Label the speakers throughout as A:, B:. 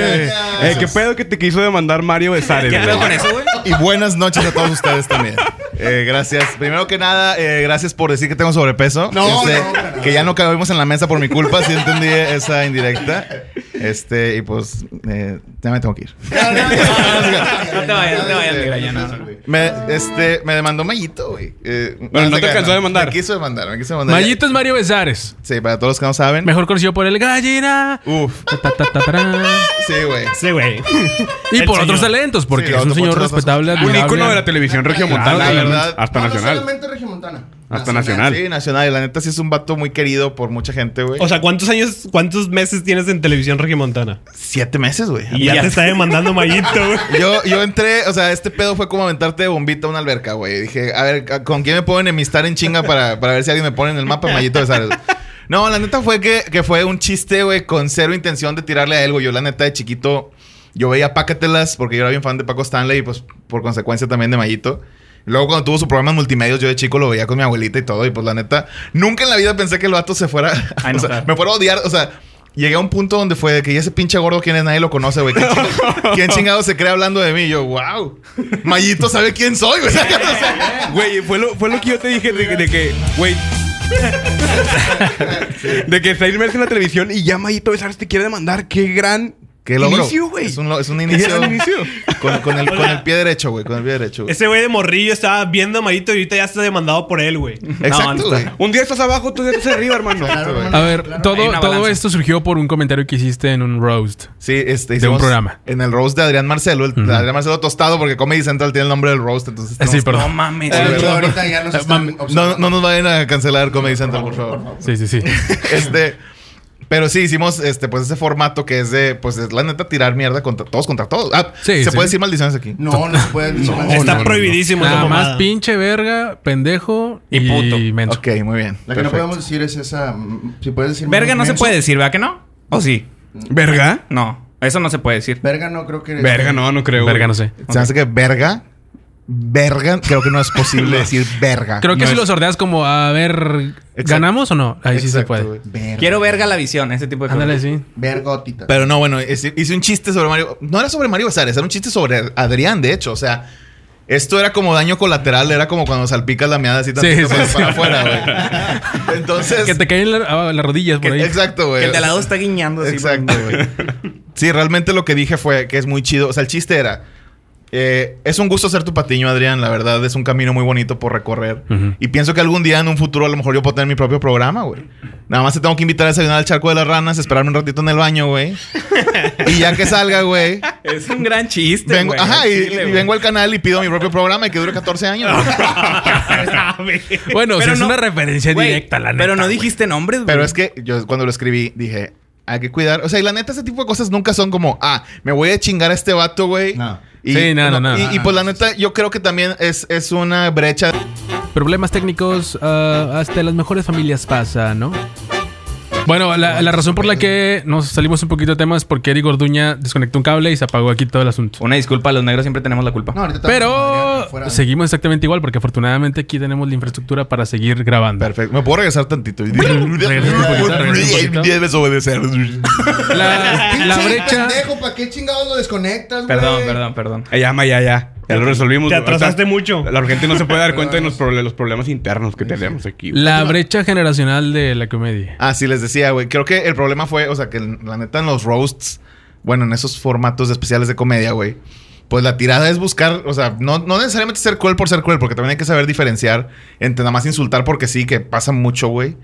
A: Eh, ¿Qué pedo que te quiso demandar Mario Besares?
B: ¿Qué
A: güey?
B: pedo con eso, güey?
C: Y buenas noches a todos ustedes también. Eh, gracias. Primero que nada, eh, gracias por decir que tengo sobrepeso.
D: No,
C: Este,
D: no, para nada.
C: que ya no cabemos en la mesa por mi culpa, si entendí esa indirecta. Este, y pues, eh, ya me tengo que ir.
B: No te vayas, no te vayas, mira, ya no.
C: Me, este, me demandó Mayito, güey. Eh,
A: Bueno, no
C: se
A: te
C: crean,
A: alcanzó a demandar.
C: Me quiso demandar, me quiso demandar.
E: Mallito es Mario Besares.
C: Sí, para todos los que no saben.
E: Mejor conocido por el gallina.
C: Uf,
E: Ta, ta, ta, ta, tarán.
C: sí, güey.
B: Sí, güey.
E: Y
B: El
E: por
B: señor.
E: otros talentos, porque
C: Sí,
E: es un
C: otro,
E: señor
C: por otras
E: respetable.
A: Un
E: admirable.
A: ícono de la televisión regiomontana,
E: Claro,
A: la
E: la
A: verdad.
C: verdad.
A: Hasta
D: No, no
A: nacional.
D: solamente regiomontana.
A: Hasta nacional.
C: Sí, nacional. Y la neta sí es un vato muy querido por mucha gente, güey.
F: O sea, ¿cuántos años, cuántos meses tienes en televisión regimontana?
C: siete meses, güey.
F: Y ya, te está demandando Mayito, güey.
C: Yo, yo entré, o sea, este pedo fue como aventarte de bombita a una alberca, güey. Dije, a ver, ¿con quién me puedo enemistar en chinga para, para ver si alguien me pone en el mapa Mallito Besares? No, la neta fue que, que fue un chiste, güey, con cero intención de tirarle a él, güey. Yo, la neta, de chiquito, yo veía Pácatelas porque yo era bien fan de Paco Stanley y, pues, por consecuencia también de Mallito. Luego, cuando tuvo su programa en multimedios, yo de chico lo veía con mi abuelita y todo. Y, pues, la neta, nunca en la vida pensé que el vato se fuera...
B: A
C: o sea,
B: enojar.
C: me fuera a odiar, o sea... Llegué a un punto donde fue de que ya ese pinche gordo quién es, nadie lo conoce, güey. ¿Quién, chingado- quién chingado se cree hablando de mí? Y Yo, wow. Mayito sabe quién soy, güey. O sea, no sé.
A: Güey, fue lo, fue lo que yo te dije de, de que, güey. de que está inmerso en la televisión y ya Mayito Besares te quiere demandar. Qué gran
C: Qué logro.
A: inicio, güey.
C: Es un, lo- es un inicio.
A: gran inicio.
C: Con, con el, con el pie derecho, güey. Con el pie derecho. güey.
F: Ese güey de morrillo estaba viendo a Mayito y ahorita ya está demandado por él, güey.
C: Exacto, güey.
A: Un día estás abajo, otro día estás arriba, hermano.
D: Claro,
C: güey.
D: hermano,
E: A ver,
D: claro.
E: todo,
B: hay una
E: todo
B: balanza.
E: esto surgió por un comentario que hiciste en un roast.
C: Sí, este,
E: De un
C: hicimos
E: programa.
C: En el roast de Adrián Marcelo. El, Adrián Marcelo Tostado, porque Comedy Central tiene el nombre del roast. Entonces,
E: Eh, sí,
C: tenemos-
B: No
E: perdón.
B: mames.
D: De hecho,
C: perdón,
D: ahorita ya nos están
C: no,
D: observando.
C: no nos vayan a cancelar Comedy Central, por favor.
E: Sí, sí, sí.
C: Este, pero sí hicimos este pues ese formato que es de pues es la neta tirar mierda contra todos contra todos. Ah, se
E: Sí, sí.
C: puede decir maldiciones aquí.
D: No, no se puede. no se puede.
F: está prohibidísimo. esa
E: Nada
F: mamada.
E: más pinche verga, pendejo y,
B: Y puto.
E: menso.
C: Ok, muy bien.
D: La que no
C: perfecto.
D: podemos decir es esa. mm, Si puedes decir.
B: Verga no se
D: menso.
B: puede decir, ¿verdad que no? ¿O sí?
A: ¿Verga?
B: No, eso no se puede decir.
D: Verga no creo que.
A: Verga, no, no creo.
E: Verga,
A: güey.
E: no sé.
C: Se me hace que verga verga creo que no es posible decir verga.
E: Creo que
A: No
E: si
A: es-
E: lo sordeas como, a ver, ¿ganamos o no? Ahí sí se
C: Exacto,
E: puede.
C: güey.
D: Verga.
B: Quiero verga la visión, ese tipo de cosas.
E: Ándale, sí.
D: Vergotita.
C: Pero no, bueno, hice hice un chiste sobre Mario. No era sobre Mario Besares, era un chiste sobre Adrián, de hecho. O sea, esto era como daño colateral, era como cuando salpicas la meada así tantito
E: Sí, sí,
C: para,
E: sí.
C: para afuera, güey. Entonces.
E: Que te caen la- ah, las rodillas por ahí.
C: Exacto,
B: Que
C: güey.
B: el de al lado está guiñando así.
C: Pues, Exacto, güey. Sí, realmente lo que dije fue que es muy chido. O sea, el chiste era. eh, es un gusto ser tu patiño, Adrián. La verdad, es un camino muy bonito por recorrer.
E: Ujú.
C: Y pienso que algún día en un futuro a lo mejor yo puedo tener mi propio programa, güey. Nada más te tengo que invitar a desayunar al charco de las ranas, esperarme un ratito en el baño, güey. y ya que salga, güey,
B: Es un gran chiste,
C: vengo,
B: güey.
C: ajá, y,
B: Chile,
C: y
B: güey.
C: vengo al canal y pido mi propio programa y que dure 14 años. güey.
E: Bueno,
B: Pero
E: sí, es
B: no-
E: una referencia
B: Güey,
E: directa, la neta.
B: Pero no
E: güey.
B: dijiste nombres, güey.
C: Pero es que yo cuando lo escribí dije, hay que cuidar. O sea, y la neta, ese tipo de cosas nunca son como, ah, me voy a chingar a este vato, güey.
D: No.
C: Y,
E: Sí, no, no, no.
C: Y, y pues la neta, yo creo que también es, es una brecha.
E: Problemas técnicos, ah, hasta las mejores familias pasa, ¿no? Bueno, la, la razón por la que nos salimos un poquito de tema es porque Eric Orduña desconectó un cable y se apagó aquí todo el asunto.
B: Una disculpa, los negros siempre tenemos la culpa.
D: No, ahorita estamos con
E: Pero
D: Adrián afuera.
E: seguimos exactamente igual porque afortunadamente aquí tenemos la infraestructura para seguir grabando.
C: Perfecto. Me puedo regresar tantito.
E: Regresa un poquito, regresa un poquito.
C: Debes obedecer.
E: La, la
D: Pinche
E: brecha...
D: Pendejo, ¿para qué chingados lo desconectas, güey?
B: Perdón, perdón, perdón.
A: Ya, llama, ya, ya. Ya lo resolvimos.
F: Te
A: güey.
F: atrasaste
A: O sea,
F: mucho.
A: La gente no se puede dar cuenta de los, proble- los problemas internos que tenemos aquí. güey.
E: La brecha generacional de la comedia.
C: Ah, sí, les decía, güey. Creo que el problema fue, o sea, que la neta en los roasts, bueno, en esos formatos especiales de comedia, güey. Pues la tirada es buscar, o sea, no, no necesariamente ser cruel por ser cruel, porque también hay que saber diferenciar entre nada más insultar porque sí, que pasa mucho, güey.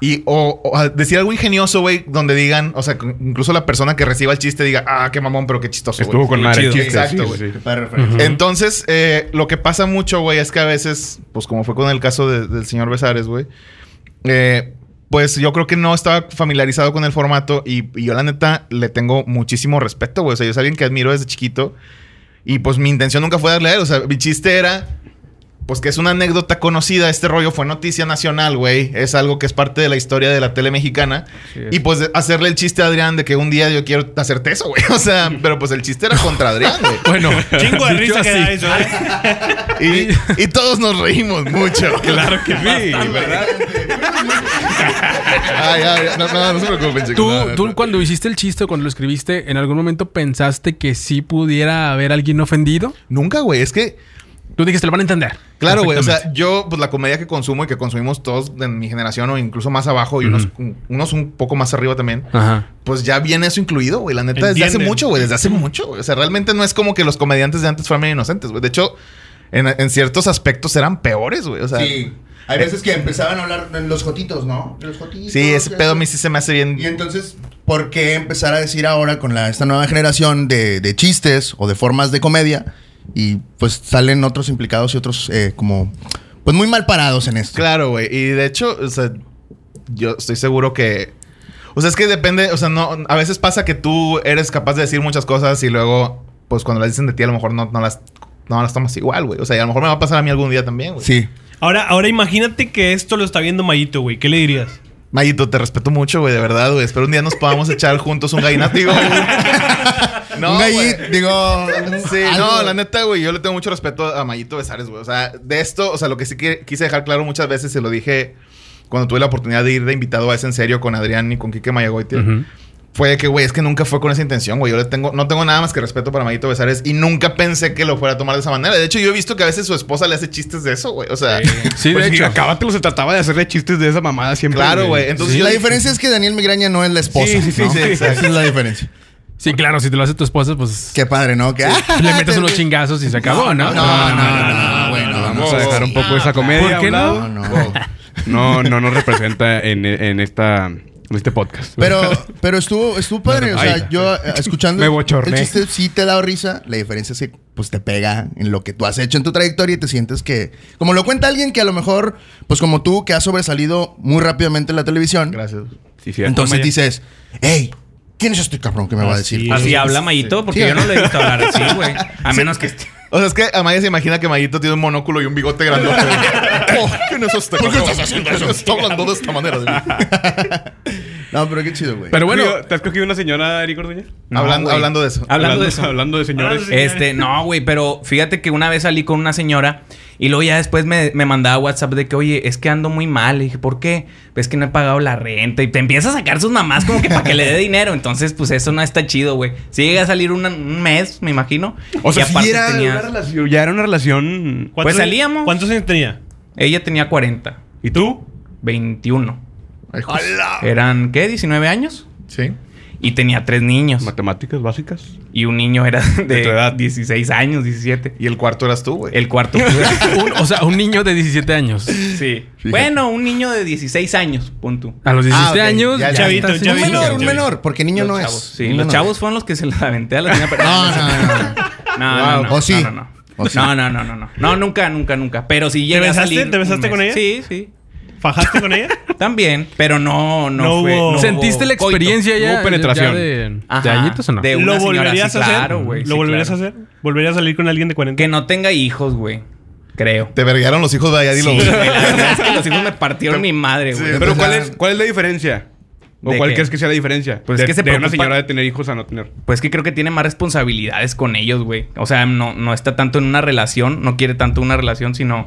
C: Y o, o a decir algo ingenioso, güey, donde digan, o sea, con- incluso la persona que reciba el chiste diga, ah, qué mamón, pero qué chistoso. güey".
A: Estuvo con madre.
C: chido.
A: chiste,
C: Exacto,
A: sí,
C: güey.
A: sí.
D: Para referencia.
C: Entonces, eh, lo que pasa mucho, güey, es que a veces, pues como fue con el caso de- del señor Besares, güey, eh, pues yo creo que no estaba familiarizado con el formato y, y yo la neta le tengo muchísimo respeto, güey. O sea, yo es alguien que admiro desde chiquito y pues mi intención nunca fue darle a él. O sea, mi chiste era pues que es una anécdota conocida, este rollo fue noticia nacional, güey, es algo que es parte de la historia de la tele mexicana.
E: Sí, es.
C: Y pues de- hacerle el chiste a Adrián de que un día yo quiero hacerte eso, güey. O sea, pero pues el chiste era contra Adrián, güey.
E: Bueno,
F: Chingo de
E: dicho
F: risa que
E: así.
F: da eso, ¿eh?
C: Y, y todos nos reímos mucho. Claro que sí.
A: ¿verdad?
C: Ay, ay, no, no, no se preocupen, chicos.
E: Tú,
C: No, no,
E: tú
C: no.
E: cuando hiciste el chiste o cuando lo escribiste, ¿en algún momento pensaste que sí pudiera haber alguien ofendido?
C: Nunca, güey. Es que,
E: Tú dijiste, lo van a entender.
C: claro, güey. O sea, yo, pues la comedia que consumo y que consumimos todos de mi generación o incluso más abajo y unos, unos un poco más arriba también.
E: Ajá.
C: Pues ya viene eso incluido, güey. La neta, desde hace
F: Entienden.
C: mucho, güey. Desde hace mucho, güey. O sea, realmente no es como que los comediantes de antes fueran inocentes, güey. De hecho, en, en ciertos aspectos eran peores, güey. O sea, sí,
D: Sí. Hay veces que empezaban a hablar de los jotitos, ¿no? De Los jotitos.
C: ese pedo a mí sí se me hace bien.
D: Y entonces, ¿por qué empezar a decir ahora con la, esta nueva generación de, de chistes o de formas de comedia? Y pues salen otros implicados y otros eh, como, pues muy mal parados en esto.
C: Claro, güey. Y de hecho, o sea, yo estoy seguro que. O sea, es que depende. O sea, no. A veces pasa que tú eres capaz de decir muchas cosas y luego, pues cuando las dicen de ti, a lo mejor no, no las. No las tomas igual, güey. O sea, y a lo mejor me va a pasar a mí algún día también, güey.
D: Sí.
F: Ahora, ahora imagínate que esto lo está viendo Mayito, güey. ¿Qué le dirías?
C: Mayito, te respeto mucho, güey, de verdad, güey. Espero un día nos podamos echar juntos un gallinatigo, güey.
D: Un gallit,
C: güey.
D: digo.
C: Sí,
D: algo.
C: no, la neta, güey, yo le tengo mucho respeto a Mayito Besares, güey. O sea, de esto, o sea, lo que sí que quise dejar claro muchas veces, se lo dije cuando tuve la oportunidad de ir de invitado a ese en serio con Adrián y con Quique Mayagoitia,
E: Ujú.
C: fue que, güey, es que nunca fue con esa intención, güey. Yo le tengo, no tengo nada más que respeto para Mayito Besares y nunca pensé que lo fuera a tomar de esa manera. De hecho, yo he visto que a veces su esposa le hace chistes de eso, güey. O sea,
E: Pues Sí, de hecho.
A: Pues Acábatelo, se trataba de hacerle chistes de esa mamada siempre.
C: claro, güey. Entonces, yo
D: la
C: dije-
D: diferencia es que Daniel Migraña no es la esposa.
A: Sí, sí, sí,
D: ¿no?
A: sí,
D: Esa
A: exacto.
D: es la diferencia.
E: Sí, claro, si te lo hace tu esposa, pues
D: Qué padre, ¿no? Que, ah,
E: le metes unos
D: te-
E: chingazos y se acabó,
D: No,
E: ¿no?
D: no, no, no, güey, no,
A: Vamos
D: no,
A: a dejar un poco esa comedia.
E: ¿Por qué
A: a un lado.
D: No, no.
A: No, no nos representa en, en esta en este podcast.
D: Pero, pero estuvo, estuvo padre. o sea,
A: Ay.
D: yo eh, escuchando
A: Me
D: el-
A: bochorné.
D: el chiste sí te da risa. La diferencia es que pues te pega en lo que tú has hecho en tu trayectoria y te sientes que. Como lo cuenta alguien que a lo mejor, pues como tú, que has sobresalido muy rápidamente en la televisión.
C: Gracias.
A: Sí, sí,
D: Entonces
A: Maya.
D: dices, hey, ¿quién es este cabrón que me va a decir?
B: Así
D: cosas?"
B: habla Mayito, porque
D: Sí,
B: yo no le he visto hablar así, güey. A menos que esté.
C: O sea, es que Amaya se imagina que Mayito tiene un monóculo y un bigote grandote. oh, ¿Quién es este? ¿Por qué estás haciendo eso? Está hablando de esta manera.
D: No, pero qué chido, güey.
E: Pero bueno,
A: Amigo, ¿te has cogido una señora, Eric Orduña?
B: No,
C: hablando,
B: güey.
C: hablando de eso.
A: Ah.
B: Hablando de eso.
A: Hablando de señores.
F: Hablando de
B: Este, no, güey, pero fíjate que una vez salí con una señora y luego ya después me, me mandaba WhatsApp de que, oye, es que ando muy mal. Le dije, ¿por qué? Pues que no he pagado la renta y te empieza a sacar sus mamás como que para que le dé dinero. Entonces, pues eso no está chido, güey. Si llega a salir una- un mes, me imagino.
A: O sea,
B: y
A: sí era una relación, ya era una relación.
F: ¿Cuántos
B: Pues
F: años-
B: salíamos.
F: ¿Cuántos años tenía?
B: Ella tenía 40,
A: ¿Y tú?
B: 21.
C: ¡Hala!
B: Eran, ¿qué? ¿19 años?
C: Sí.
B: Y tenía tres niños.
A: Matemáticas básicas.
B: Y un niño era de,
A: De tu edad.
B: 16 años, 17.
C: Y el cuarto eras tú, güey.
B: El cuarto.
E: un- o sea, un niño de 17 años.
B: sí. Bueno, un niño de 16 años, punto.
E: A los 17
C: Ah, ok.
E: años.
C: Ya,
E: ya
F: chavito,
E: estás en-
D: un
F: chavito.
D: menor, un
F: Chavito.
D: menor, porque niño
B: los
D: no
B: chavos,
D: es.
B: Sí,
D: Niño
B: los
D: no
B: chavos fueron los que se la aventé a la señora. pero-
D: No, no, no.
B: No,
D: Wow.
B: no, no.
D: ¿O sí?
B: No, no, no.
D: ¿O sí?
B: No, no, no, no, no. No, nunca, nunca, nunca. Pero si llega
F: besaste?
B: a salir
F: ¿Te
B: un
F: besaste
B: mes.
F: con ella?
B: Sí, sí.
F: ¿Fajaste con ella?
B: También, pero no, no,
F: No
B: fue.
F: hubo-
B: no
E: ¿Sentiste
B: hubo
E: la
B: coito.
E: experiencia ya?
A: Hubo
E: ya
A: penetración.
E: de,
B: Ajá.
E: de añitos o no?
B: De-
F: ¿Lo
B: una señora,
F: volverías
B: sí,
F: a hacer?
B: claro, güey,
F: ¿Lo
B: sí,
F: volverías
B: claro.
F: a hacer? ¿Volverías a salir con alguien de 40?
B: Que no tenga hijos, güey. Creo.
C: Te verguearon los hijos de allá, dilo,
B: Sí,
C: güey.
B: güey, la verdad es que los hijos me partieron mi madre, güey.
D: Sí,
A: Pero
D: Entonces,
A: ¿cuál
D: ya-
A: es, ¿cuál es la diferencia? ¿O
B: ¿De
A: cuál
B: qué?
A: crees que sea la diferencia?
B: Pues
A: de,
B: es que se
A: de una
B: preocupa-
A: señora de tener hijos a no tener.
B: Pues que creo que tiene más responsabilidades con ellos, güey. O sea, no, no está tanto en una relación, no quiere tanto una relación, sino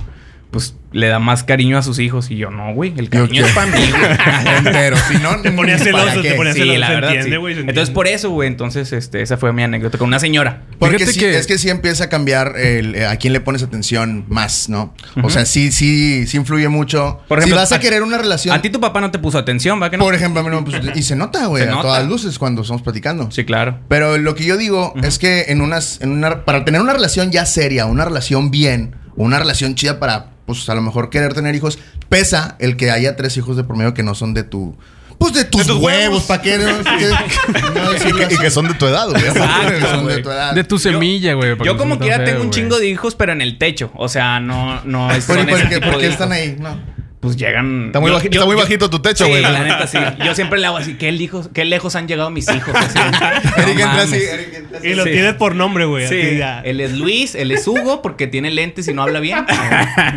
B: pues le da más cariño a sus hijos. Y yo, no, güey, el cariño es
D: qué.
B: para mí, güey.
D: Entero, si no,
F: Te ponías
D: ¿para
F: celoso,
D: qué?
F: te ponías-
B: Sí,
F: se
B: la verdad.
F: entiende,
B: sí.
F: güey, se entiende.
B: Entonces, por eso, güey, entonces, este, esa fue mi anécdota con una señora.
D: Porque
E: Fíjate
D: sí,
E: que-
D: es que sí empieza a cambiar el, eh, a quién le pones atención más, ¿no? O sea, sí, sí, sí influye mucho.
B: Por ejemplo,
D: si vas a,
B: a-
D: querer una relación,
B: A ti tu papá no te puso atención, ¿va? Que no?
D: por ejemplo, a mí no me puso atención. y se nota, güey,
B: Se
D: a
B: nota.
D: todas luces cuando estamos platicando.
B: Sí, claro.
D: Pero lo que yo digo es que en unas, en una, para tener una relación ya seria, una relación bien, una relación chida para, pues a lo mejor querer tener hijos, pesa el que haya tres hijos de promedio que no son de tu, pues de tus,
C: tus
D: huevos,
C: huevos.
D: ¿para qué? No, qué- no
C: Y
D: decirlo
C: que, y que
D: así.
C: son de tu edad, güey.
D: Que
B: Exacto,
D: son de
B: güey.
D: tu edad.
E: De tu semilla, güey. para
B: Yo
E: que no
B: como
E: sea
B: quiera
E: tan
B: tengo
E: feo,
B: un
E: güey.
B: chingo de hijos, pero en el techo. O sea, no, no es
D: Pero, ¿y
B: son
D: ¿Por,
B: ese
D: qué,
B: tipo
D: por
B: de
D: qué
B: hijos.
D: están ahí? No.
B: pues llegan.
C: Está muy,
B: yo-
C: baji-
B: yo-
C: está muy
B: yo-
C: bajito tu techo,
B: Sí,
C: güey.
B: la neta, sí. Yo siempre le hago así, qué lejos, qué lejos han llegado mis hijos. Así. No
C: Eric entra así.
B: mames.
C: Eric entra así.
F: Y lo
B: Sí.
F: tienes por nombre, güey.
B: Sí,
F: así ya.
B: él es Luis, él es Hugo porque tiene lentes y no habla bien.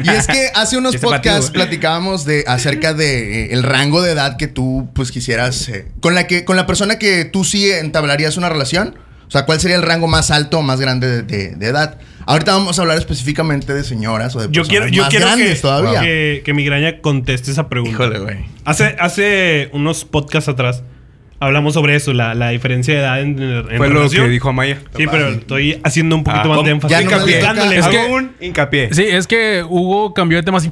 D: Y es que hace unos
B: Ya se batió,
D: podcasts
B: güey.
D: platicábamos de acerca de eh, el rango de edad que tú pues quisieras eh, con la que con la persona que tú sí entablarías una relación. O sea, ¿cuál sería el rango más alto o más grande de, de- de edad? Ahorita vamos a hablar específicamente de señoras o de
F: Yo
D: personas
F: quiero, yo
D: más
F: quiero
D: grandes
F: que,
D: todavía.
F: que, que Migraña conteste esa pregunta.
C: Híjole, güey.
F: Hace, hace unos podcasts atrás hablamos sobre eso, la, la diferencia de edad en, en
A: Fue lo
F: relación.
A: que dijo Amaya.
F: Sí, pero estoy haciendo un poquito
A: Ah,
F: más
A: ¿cómo?
F: de énfasis.
D: Ya no me
F: Capitán,
D: toca.
F: dándole,
E: Es
F: hago
E: que-
F: un-
A: Hincapié.
E: Sí, es que Hugo cambió de tema así.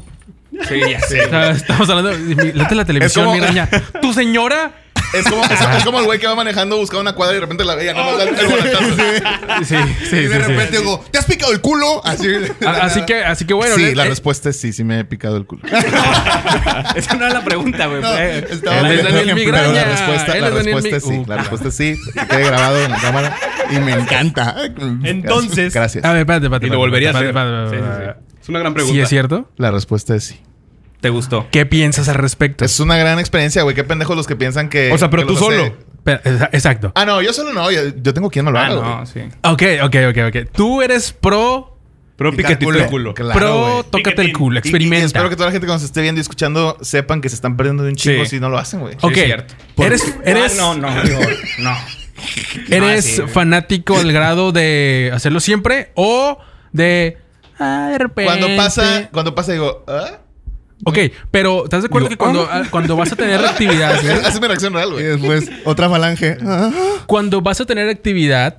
B: Sí, ya sé.
E: O sea, estamos hablando de la, de la televisión,
C: como-
E: miraña. ¿Tu señora?
C: Es como, es, es como el güey que va manejando buscando una cuadra y de repente la veía. No, el, el volantazo.
E: Sí, sí,
D: y
E: sí.
D: de
E: sí.
D: repente digo, ¿te has picado el culo? Así,
E: A- Así que, así que bueno.
C: sí,
E: le-
C: la
E: eh,
C: respuesta es sí, sí me he picado el culo. Eh,
B: Esa no era la pregunta, güey.
D: No,
B: Fue-
D: estaba
E: Él es
C: Pero
E: Daniel Migraña.
C: la respuesta,
E: Él
C: la
E: es Daniel
C: respuesta es
E: Mi-
C: sí.
E: Uh,
C: La respuesta es sí. Que quede grabado en la cámara.
D: Y me encanta.
F: Entonces,
C: Gracias.
E: A ver, espérate, espérate.
A: Y
E: espérate,
A: lo volvería a
E: espérate,
A: hacer.
E: espérate,
A: Sí,
E: espérate,
A: sí, sí. Es una gran
E: espérate.
A: pregunta.
E: ¿Sí es cierto?
C: La respuesta es sí.
B: ¿Te gustó?
E: ¿Qué piensas al respecto?
C: Es eh, una gran experiencia, güey. Qué pendejos los que piensan que.
A: O sea, pero
C: que
A: tú
C: los hace-
A: solo.
E: Espera, exa- Exacto.
C: Ah, no, yo solo no. Yo, yo tengo quien me lo
B: Ah,
C: haga.
B: no,
C: güey.
B: sí.
E: Ok, ok, ok, ok. Tú eres pro,
A: Pero piquetito de culo.
C: Claro,
E: pro,
C: güey.
E: tócate el
F: Piquetín.
E: culo,
C: Y- y
E: experimenta.
C: espero que toda la gente que nos esté viendo y escuchando sepan que se están perdiendo de un chingo
B: Sí.
C: si no lo hacen, güey.
E: Ok,
B: Sí, es cierto.
E: eres, eres,
B: Ah, no, no, digo, no. Ah,
E: eres
B: sí, güey.
E: fanático al grado de hacerlo siempre o de... Ah, de repente...
C: Cuando pasa, cuando pasa digo, ¿ah?
E: Ok, pero ¿estás de acuerdo
D: Digo,
E: que cuando,
D: ah.
E: ah, cuando vas a tener actividad,
C: Haz- Hazme reacción real,
D: Y
C: güey.
D: después, otra falange.
E: cuando vas a tener actividad,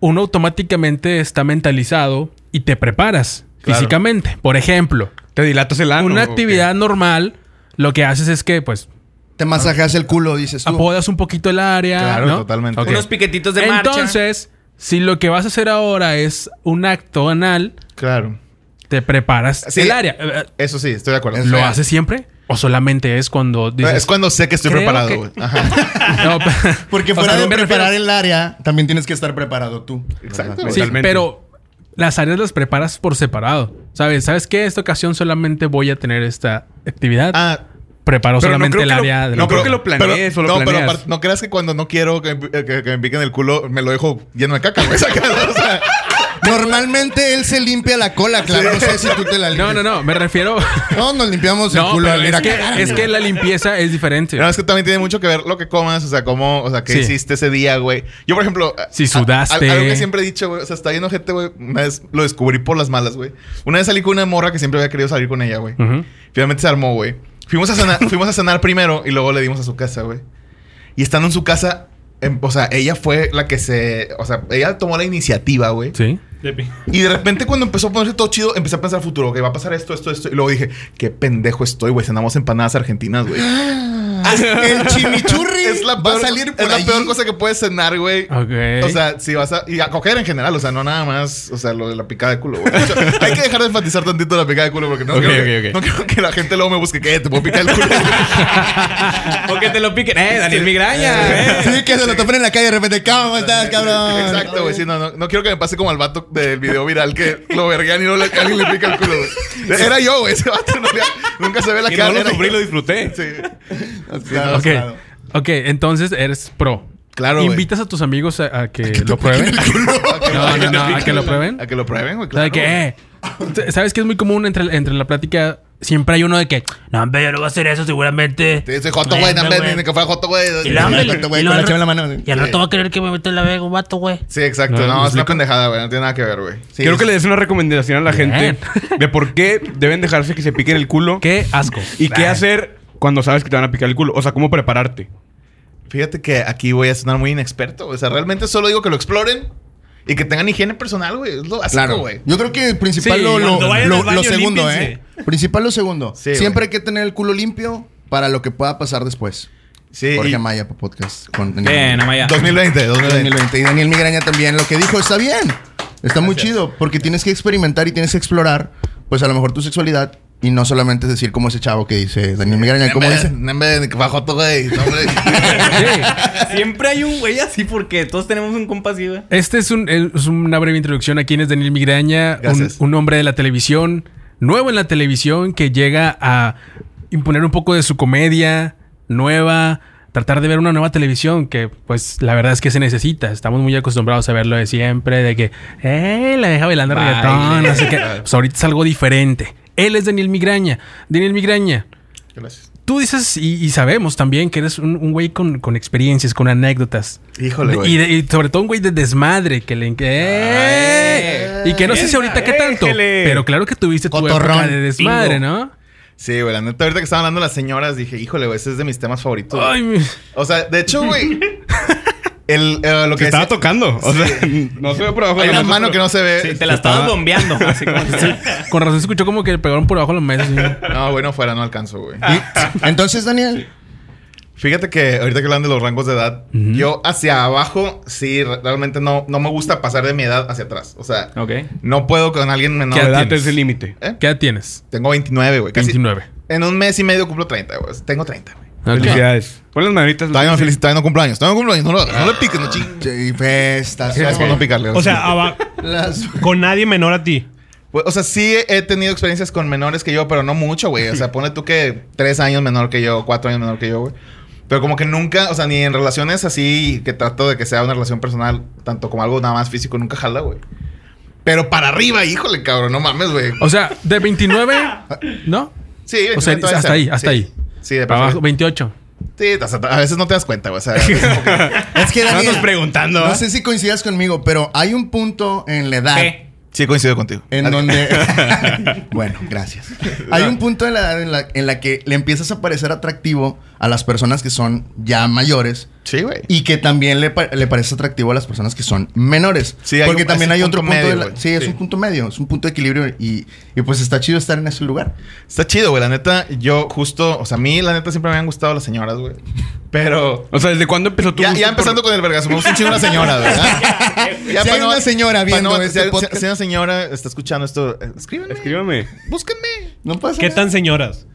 E: uno automáticamente está mentalizado y te preparas
A: Claro.
E: físicamente. Por ejemplo,
A: Te dilatas el ano.
E: una
A: ¿o qué?
E: actividad normal, lo que haces es que, pues,
D: Te masajeas el culo, dices tú.
E: apodas un poquito el área.
C: Claro,
E: ¿no?
C: totalmente.
E: Ok.
B: Unos piquetitos de marcha.
E: Entonces, si lo que vas a hacer ahora es un acto anal,
C: Claro.
E: te preparas
C: Sí.
E: el área. Eh, eh,
C: Eso sí, estoy de acuerdo.
D: Es
E: ¿Lo
D: real.
E: haces siempre? ¿O solamente es cuando dices...
C: es cuando sé que estoy
E: creo
C: preparado,
E: que-
C: güey. Ajá.
E: No, pero-
D: Porque
E: o sea,
D: fuera de
E: me refiero-
D: preparar el área, también tienes que estar preparado tú.
C: Exacto.
E: Sí,
C: güey.
A: Totalmente.
E: pero las áreas las preparas por separado. ¿Sabes? ¿Sabes qué? Esta ocasión solamente voy a tener esta actividad.
C: Ah,
E: Preparo
A: Pero no
E: solamente
A: creo
E: el
A: que lo-
E: área de
A: no
E: la-
A: creo que lo planees o lo
C: no, pero
A: planeas.
C: aparte, no creas que cuando no quiero que, me- que- que me piquen el culo, me lo dejo lleno de caca, güey. O sea,
D: Normalmente él se limpia la cola, claro. No sé si tú te la
E: No,
D: limpias.
E: no, no. Me refiero.
D: No, nos limpiamos el
E: no,
D: culo
E: pero
D: al ir
E: es,
D: a
E: que,
D: cagar,
E: es
D: güey.
E: que la limpieza es diferente.
C: no, es que también tiene mucho que ver lo que comas, o sea, cómo, o sea, qué
E: Sí.
C: hiciste ese día, güey. Yo, por ejemplo, a-
E: Si
C: a-
E: sudaste.
C: a- algo que siempre he dicho, güey, o sea, está lleno gente, güey. Una vez lo descubrí por las malas, güey. Una vez salí con una morra que siempre había querido salir con ella, güey.
E: Ujú.
C: Finalmente se armó, güey. Fuimos a cenar, fuimos a cenar primero y luego le dimos a su casa, güey. Y estando en su casa, em, o sea, ella fue la que se, o sea, ella tomó la iniciativa, güey.
E: Sí.
F: Depi.
C: Y de repente cuando empezó a ponerse todo chido, empecé a pensar futuro, que va a pasar esto, esto, esto. Y luego dije, qué pendejo estoy, güey. Cenamos empanadas argentinas, güey.
D: El chimichurri
C: es la
D: va
C: peor,
D: a salir por
C: es la
D: allí.
C: peor cosa que puedes cenar, güey.
E: Ok.
C: O sea, si vas a... Y a coger en general, o sea, no nada más, o sea, lo de la picada de culo, güey. De hecho, hay que dejar de enfatizar tantito la picada de culo porque no,
A: Ok,
C: quiero,
A: ok,
C: que,
A: ok.
C: no quiero que la gente luego me busque, ¿qué? ¿Te puedo picar el culo?
B: O que te lo piquen. Eh, Daniel Migraña. eh.
D: Sí, que se lo topen en la calle de repente. ¿Cómo estás, cabrón?
C: Exacto, güey. Sí, no, no, no quiero que me pase como al vato del video viral que lo verguean y no le, alguien le pica el culo, güey. Era yo, güey. Ese vato no le- nunca se ve la
A: Y
C: cara.
A: no lo
C: era
A: sufrí,
C: yo.
A: lo disfruté.
C: Sí.
D: Claro,
E: ok.
D: claro.
E: Ok, entonces eres pro.
C: Claro, güey.
E: Invitas a tus amigos a, a que lo prueben. No, no, no, a que lo prueben.
C: A que lo prueben, güey.
E: O sea, de
C: Claro.
E: que, eh, ¿Sabes que es muy común entre, entre la plática? Siempre hay uno de que, no, hombre, yo no voy a hacer eso seguramente.
C: Sí, soy joto, güey.
G: Bueno,
C: Dame,
G: güey.
C: ni que fuera joto, güey.
G: Y la-
D: Con tu güey,
G: Y
D: con
G: lo-
D: la chava en la mano.
G: Y al rato va a querer que me meta en la vega un vato, güey.
C: Sí, exacto. No,
E: No, ¿me
C: es una
E: explico?
C: pendejada, güey. No tiene nada que ver, güey.
D: Sí,
A: Quiero
D: es-
A: que le des una recomendación a la
E: Bien.
A: gente de por qué deben dejarse que se piquen el culo.
E: Qué asco.
A: ¿Y qué
E: Ah.
A: hacer cuando sabes que te van a picar el culo? O sea, ¿cómo prepararte?
C: Fíjate que aquí voy a sonar muy inexperto. O sea, realmente solo digo que lo exploren y que tengan higiene personal, güey. Es lo básico,
D: Claro.
C: güey.
D: Yo creo que principal
E: Sí,
D: lo, lo-
F: cuando vayan
D: lo-
F: al baño,
D: lo segundo, ¿eh?
F: límpiense.
D: Principal lo segundo.
C: Sí, güey.
D: Siempre hay que tener el culo limpio para lo que pueda pasar después.
C: Sí.
D: Jorge
C: y-
D: Amaya para podcast con Daniel
B: Bien, Amaya.
C: 2020, 2020.
D: 2020. Y Daniel Migraña también. Lo que dijo está bien. Está muy chido. Porque tienes que experimentar y tienes que explorar, pues a lo mejor tu sexualidad. Y no solamente decir como ese chavo que dice Daniel Migraña. ¿Cómo
C: Nembe-
D: dice?
C: Nembe, ni que fuera joto, güey. No, hombre.
B: Siempre hay un güey así porque todos tenemos un compa así, güey.
E: Este es, un- es una breve introducción a quién es Daniel Migraña, un,
C: Gracias.
E: un hombre de la televisión, nuevo en la televisión, que llega a imponer un poco de su comedia nueva, tratar de ver una nueva televisión que pues la verdad es que se necesita. Estamos muy acostumbrados a verlo de siempre, de que, eh, la deja bailando
B: Baile.
E: reggaetón, no sé qué. Pues ahorita es algo diferente. Él es Daniel Migraña. Daniel Migraña,
C: Gracias.
E: tú dices y, y sabemos también que eres un, un güey con, con experiencias, con anécdotas.
C: Híjole,
E: Y,
C: güey.
E: de- y sobre todo un güey de desmadre que le... que- ¡Eh! y que no sé si ahorita qué tanto,
F: Déjele.
E: pero claro que tuviste tu
D: Cotorrón.
E: época de desmadre,
D: Chingo.
E: ¿no?
C: Sí, güey, la neta, ahorita que estaban hablando las señoras, dije, híjole, güey, ese es de mis temas favoritos. güey.
E: Ay, mi-
C: O sea, de hecho, güey, el, eh, lo
A: Se
C: que
A: estaba
C: decía-
A: tocando. O sea, no se ve por abajo de
C: Hay una
A: la mesa,
C: mano
A: pero-
C: que no se ve.
B: Sí, te la estabas bombeando. así como-
E: Con razón se escuchó como que le pegaron por abajo los meses.
C: No, güey, no fuera, no alcanzo, güey.
D: Ah. Entonces, Daniel,
C: Fíjate que ahorita que hablan de los rangos de edad, yo hacia abajo, sí, re- realmente no, no me gusta pasar de mi edad hacia atrás. O sea,
B: ok.
C: no puedo con alguien menor
E: ¿Qué
C: de edad.
E: tienes?
A: Es el límite.
C: ¿Eh?
E: ¿Qué edad tienes?
C: Tengo 29, güey. casi-
E: 29.
C: En un mes y medio cumplo 30, güey. Tengo 30, güey.
E: Ok.
A: Felicidades. Pon las manitas.
C: Todavía no, feliz, todavía no cumplo años. Todavía no cumplo años. No, lo, hagas, no le piques, no ching.
D: y festas.
C: Gracias por no picarle.
F: O sea, aba-
D: Las-
F: con nadie menor a ti.
C: Pues, o sea, sí he tenido experiencias con menores que yo, pero no mucho, güey. O sea, pone tú que tres años menor que yo, cuatro años menor que yo, güey. Pero como que nunca, o sea, ni en relaciones así que trato de que sea una relación personal, tanto como algo nada más físico, nunca jala, güey. Pero para arriba, híjole, cabrón, no mames, güey.
E: O sea, de 29, ¿no?
C: Sí,
E: o sea,
C: 29
E: hasta
C: todavía
E: ahí,
C: sí.
E: hasta ahí.
C: Sí, de
E: Para abajo,
C: abajo.
E: 28.
C: Sí, hasta- a veces no te das cuenta, güey. O sea, a veces como que-
D: Es que,
A: No andas
D: Daniel,
A: preguntando.
D: no
C: ¿eh?
A: ¿va?
D: sé si coincidas conmigo, pero hay un punto en la edad...
B: ¿Qué?
C: sí, coincido contigo.
D: En donde. bueno, gracias. Hay un punto en la, edad en, la, en la que le empiezas a parecer atractivo a las personas que son ya mayores
C: Sí, güey.
D: y que también le, pa- le parece atractivo a las personas que son menores.
C: Sí, hay
D: Porque
C: un-
D: también
C: es
D: hay
C: un
D: otro
C: punto
D: punto. de
C: medio,
D: la-
C: güey.
D: sí, es
C: Sí.
D: un punto medio, es un punto de equilibrio y, y pues está chido estar en ese lugar.
C: Está chido, güey. La neta, yo justo, o sea, a mí la neta siempre me han gustado las señoras, güey. Pero
A: O sea, ¿desde cuándo empezó tu
C: Ya,
A: gusto
C: ya
A: por-
C: empezando con el vergazo, me gusta un chingo una señora, ¿verdad? ya,
D: Si
C: pa'
D: hay una señora
C: pa'
D: viendo
C: no-
D: este
C: si hay-
D: podcast.
C: si hay una señora está escuchando esto, eh, escríbeme,
A: Escríbame.
C: búsquenme.
D: No pasa
F: ¿Qué
D: nada.
F: tan señoras?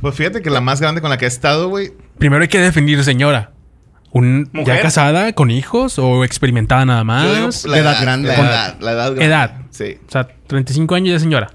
C: Pues fíjate que la más grande con la que he estado, güey,
E: Primero hay que definir, señora. Un, ¿Ya
B: Mujer.
E: casada, con hijos o experimentada nada más?
C: yo digo,
D: la edad grande.
C: La edad, la edad grande.
E: Edad.
C: Sí.
E: O sea, 35 años ya señora.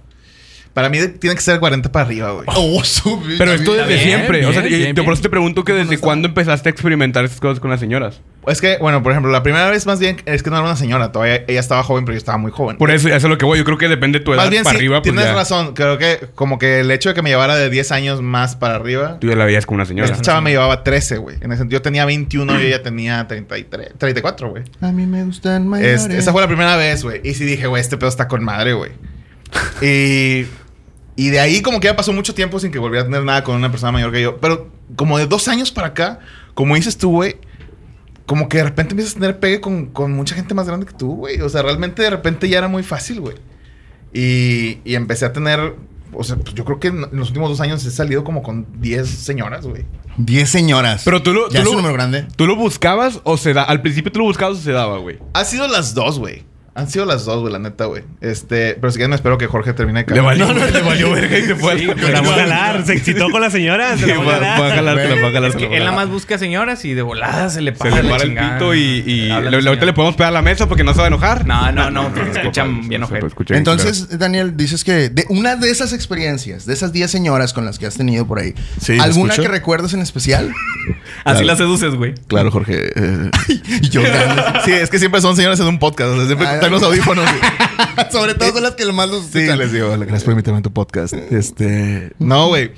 C: Para mí de- tiene que ser 40 para arriba, güey.
D: Oh, su-
A: Pero esto desde
E: bien,
A: siempre. o sea,
E: bien,
A: y-
E: bien,
A: te- por
E: bien.
A: eso te pregunto que desde cuándo empezaste a experimentar esas cosas con las señoras.
C: Es que, bueno, por ejemplo, la primera vez más bien es que no era una señora, todavía ella estaba joven, pero yo estaba muy joven.
A: Por eso, eso es lo que voy. Yo creo que depende de tu edad
C: más bien,
A: para
C: sí,
A: arriba. pues,
C: tienes
A: ya-
C: razón. Creo que como que el hecho de que me llevara de 10 años más para arriba.
A: Tú ya la veías como una señora.
C: Esta chava me llevaba 13, güey. En ese sentido, yo tenía 21 y ella tenía 33, 34, güey.
D: A mí me gustan mayores.
C: Este, esa fue la primera vez, güey. Y sí dije, güey, este pedo está con madre, güey. Y, y de ahí como que ya pasó mucho tiempo sin que volviera a tener nada con una persona mayor que yo. Pero como de dos años para acá, como dices tú, güey, como que de repente empiezas a tener pegue con, con mucha gente más grande que tú, güey. O sea, realmente de repente ya era muy fácil, güey. Y, y empecé a tener... O sea, pues, yo creo que en en los últimos dos años he salido como con 10 señoras, güey.
D: 10 señoras.
A: Pero tú lo-
D: Ya
A: tú
D: es
A: lo-
D: un número grande.
A: ¿Tú lo buscabas o se da? Al principio tú lo buscabas o se daba, güey.
C: Ha sido las dos, güey. Han sido las dos, güey, la neta, güey. Este, pero si quieren, me espero que Jorge termine de cagar.
A: no, no, le valió verga y se fue.
F: Sí, la voy a jalar. Se excitó con las señoras.
A: Sí,
F: Se la voy a
A: va-
F: jalar.
A: va a jalártela, va a jalártela, va a
B: Él
A: jalártela.
B: nada más busca señoras y de volada se le
A: Se
B: para,
A: le
B: la
A: para el
B: chingada.
A: pito y, y le-
B: Habla la
A: le- ahorita
B: señora.
A: le podemos pegar a la mesa porque no se va a enojar.
B: No, no, no, porque se escuchan bien
A: no se
B: ojete.
A: escucha bien
D: Entonces, Daniel, dices que de una de esas experiencias, de esas 10 señoras con las que has tenido por ahí,
C: Sí, ¿lo
D: ¿alguna
C: escucho?
D: que recuerdes en especial?
B: Así la seduces, güey.
C: Claro, Jorge. eh.
D: Y yo, grandes.
C: sí, es que siempre son señoras en un podcast. O sea, siempre
D: Ah,
C: están los audífonos.
D: Sobre todo son las que más los
C: sí,
D: escuchan.
C: les digo, "Hola, gracias por invitarme a tu podcast. Este. No, güey.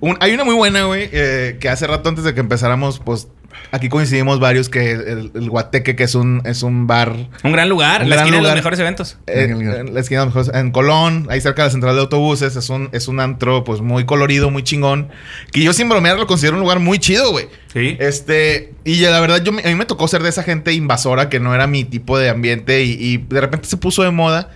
C: Un- hay una muy buena, güey, eh, que hace rato antes de que empezáramos, pues aquí coincidimos varios que el, el Guateque, que es un, es un bar.
B: Un gran lugar.
C: Un
B: la
C: gran
B: esquina de los
C: lugar.
B: mejores eventos.
C: eh,
D: En el-
C: en la esquina de los mejores- en Colón, ahí cerca de la central de autobuses, es un, es un antro pues muy colorido, muy chingón, que yo sin bromear lo considero un lugar muy chido, güey.
B: Sí.
C: Este, y ya, la verdad, yo, me- a mí me tocó ser de esa gente invasora que no era mi tipo de ambiente y, y de repente se puso de moda.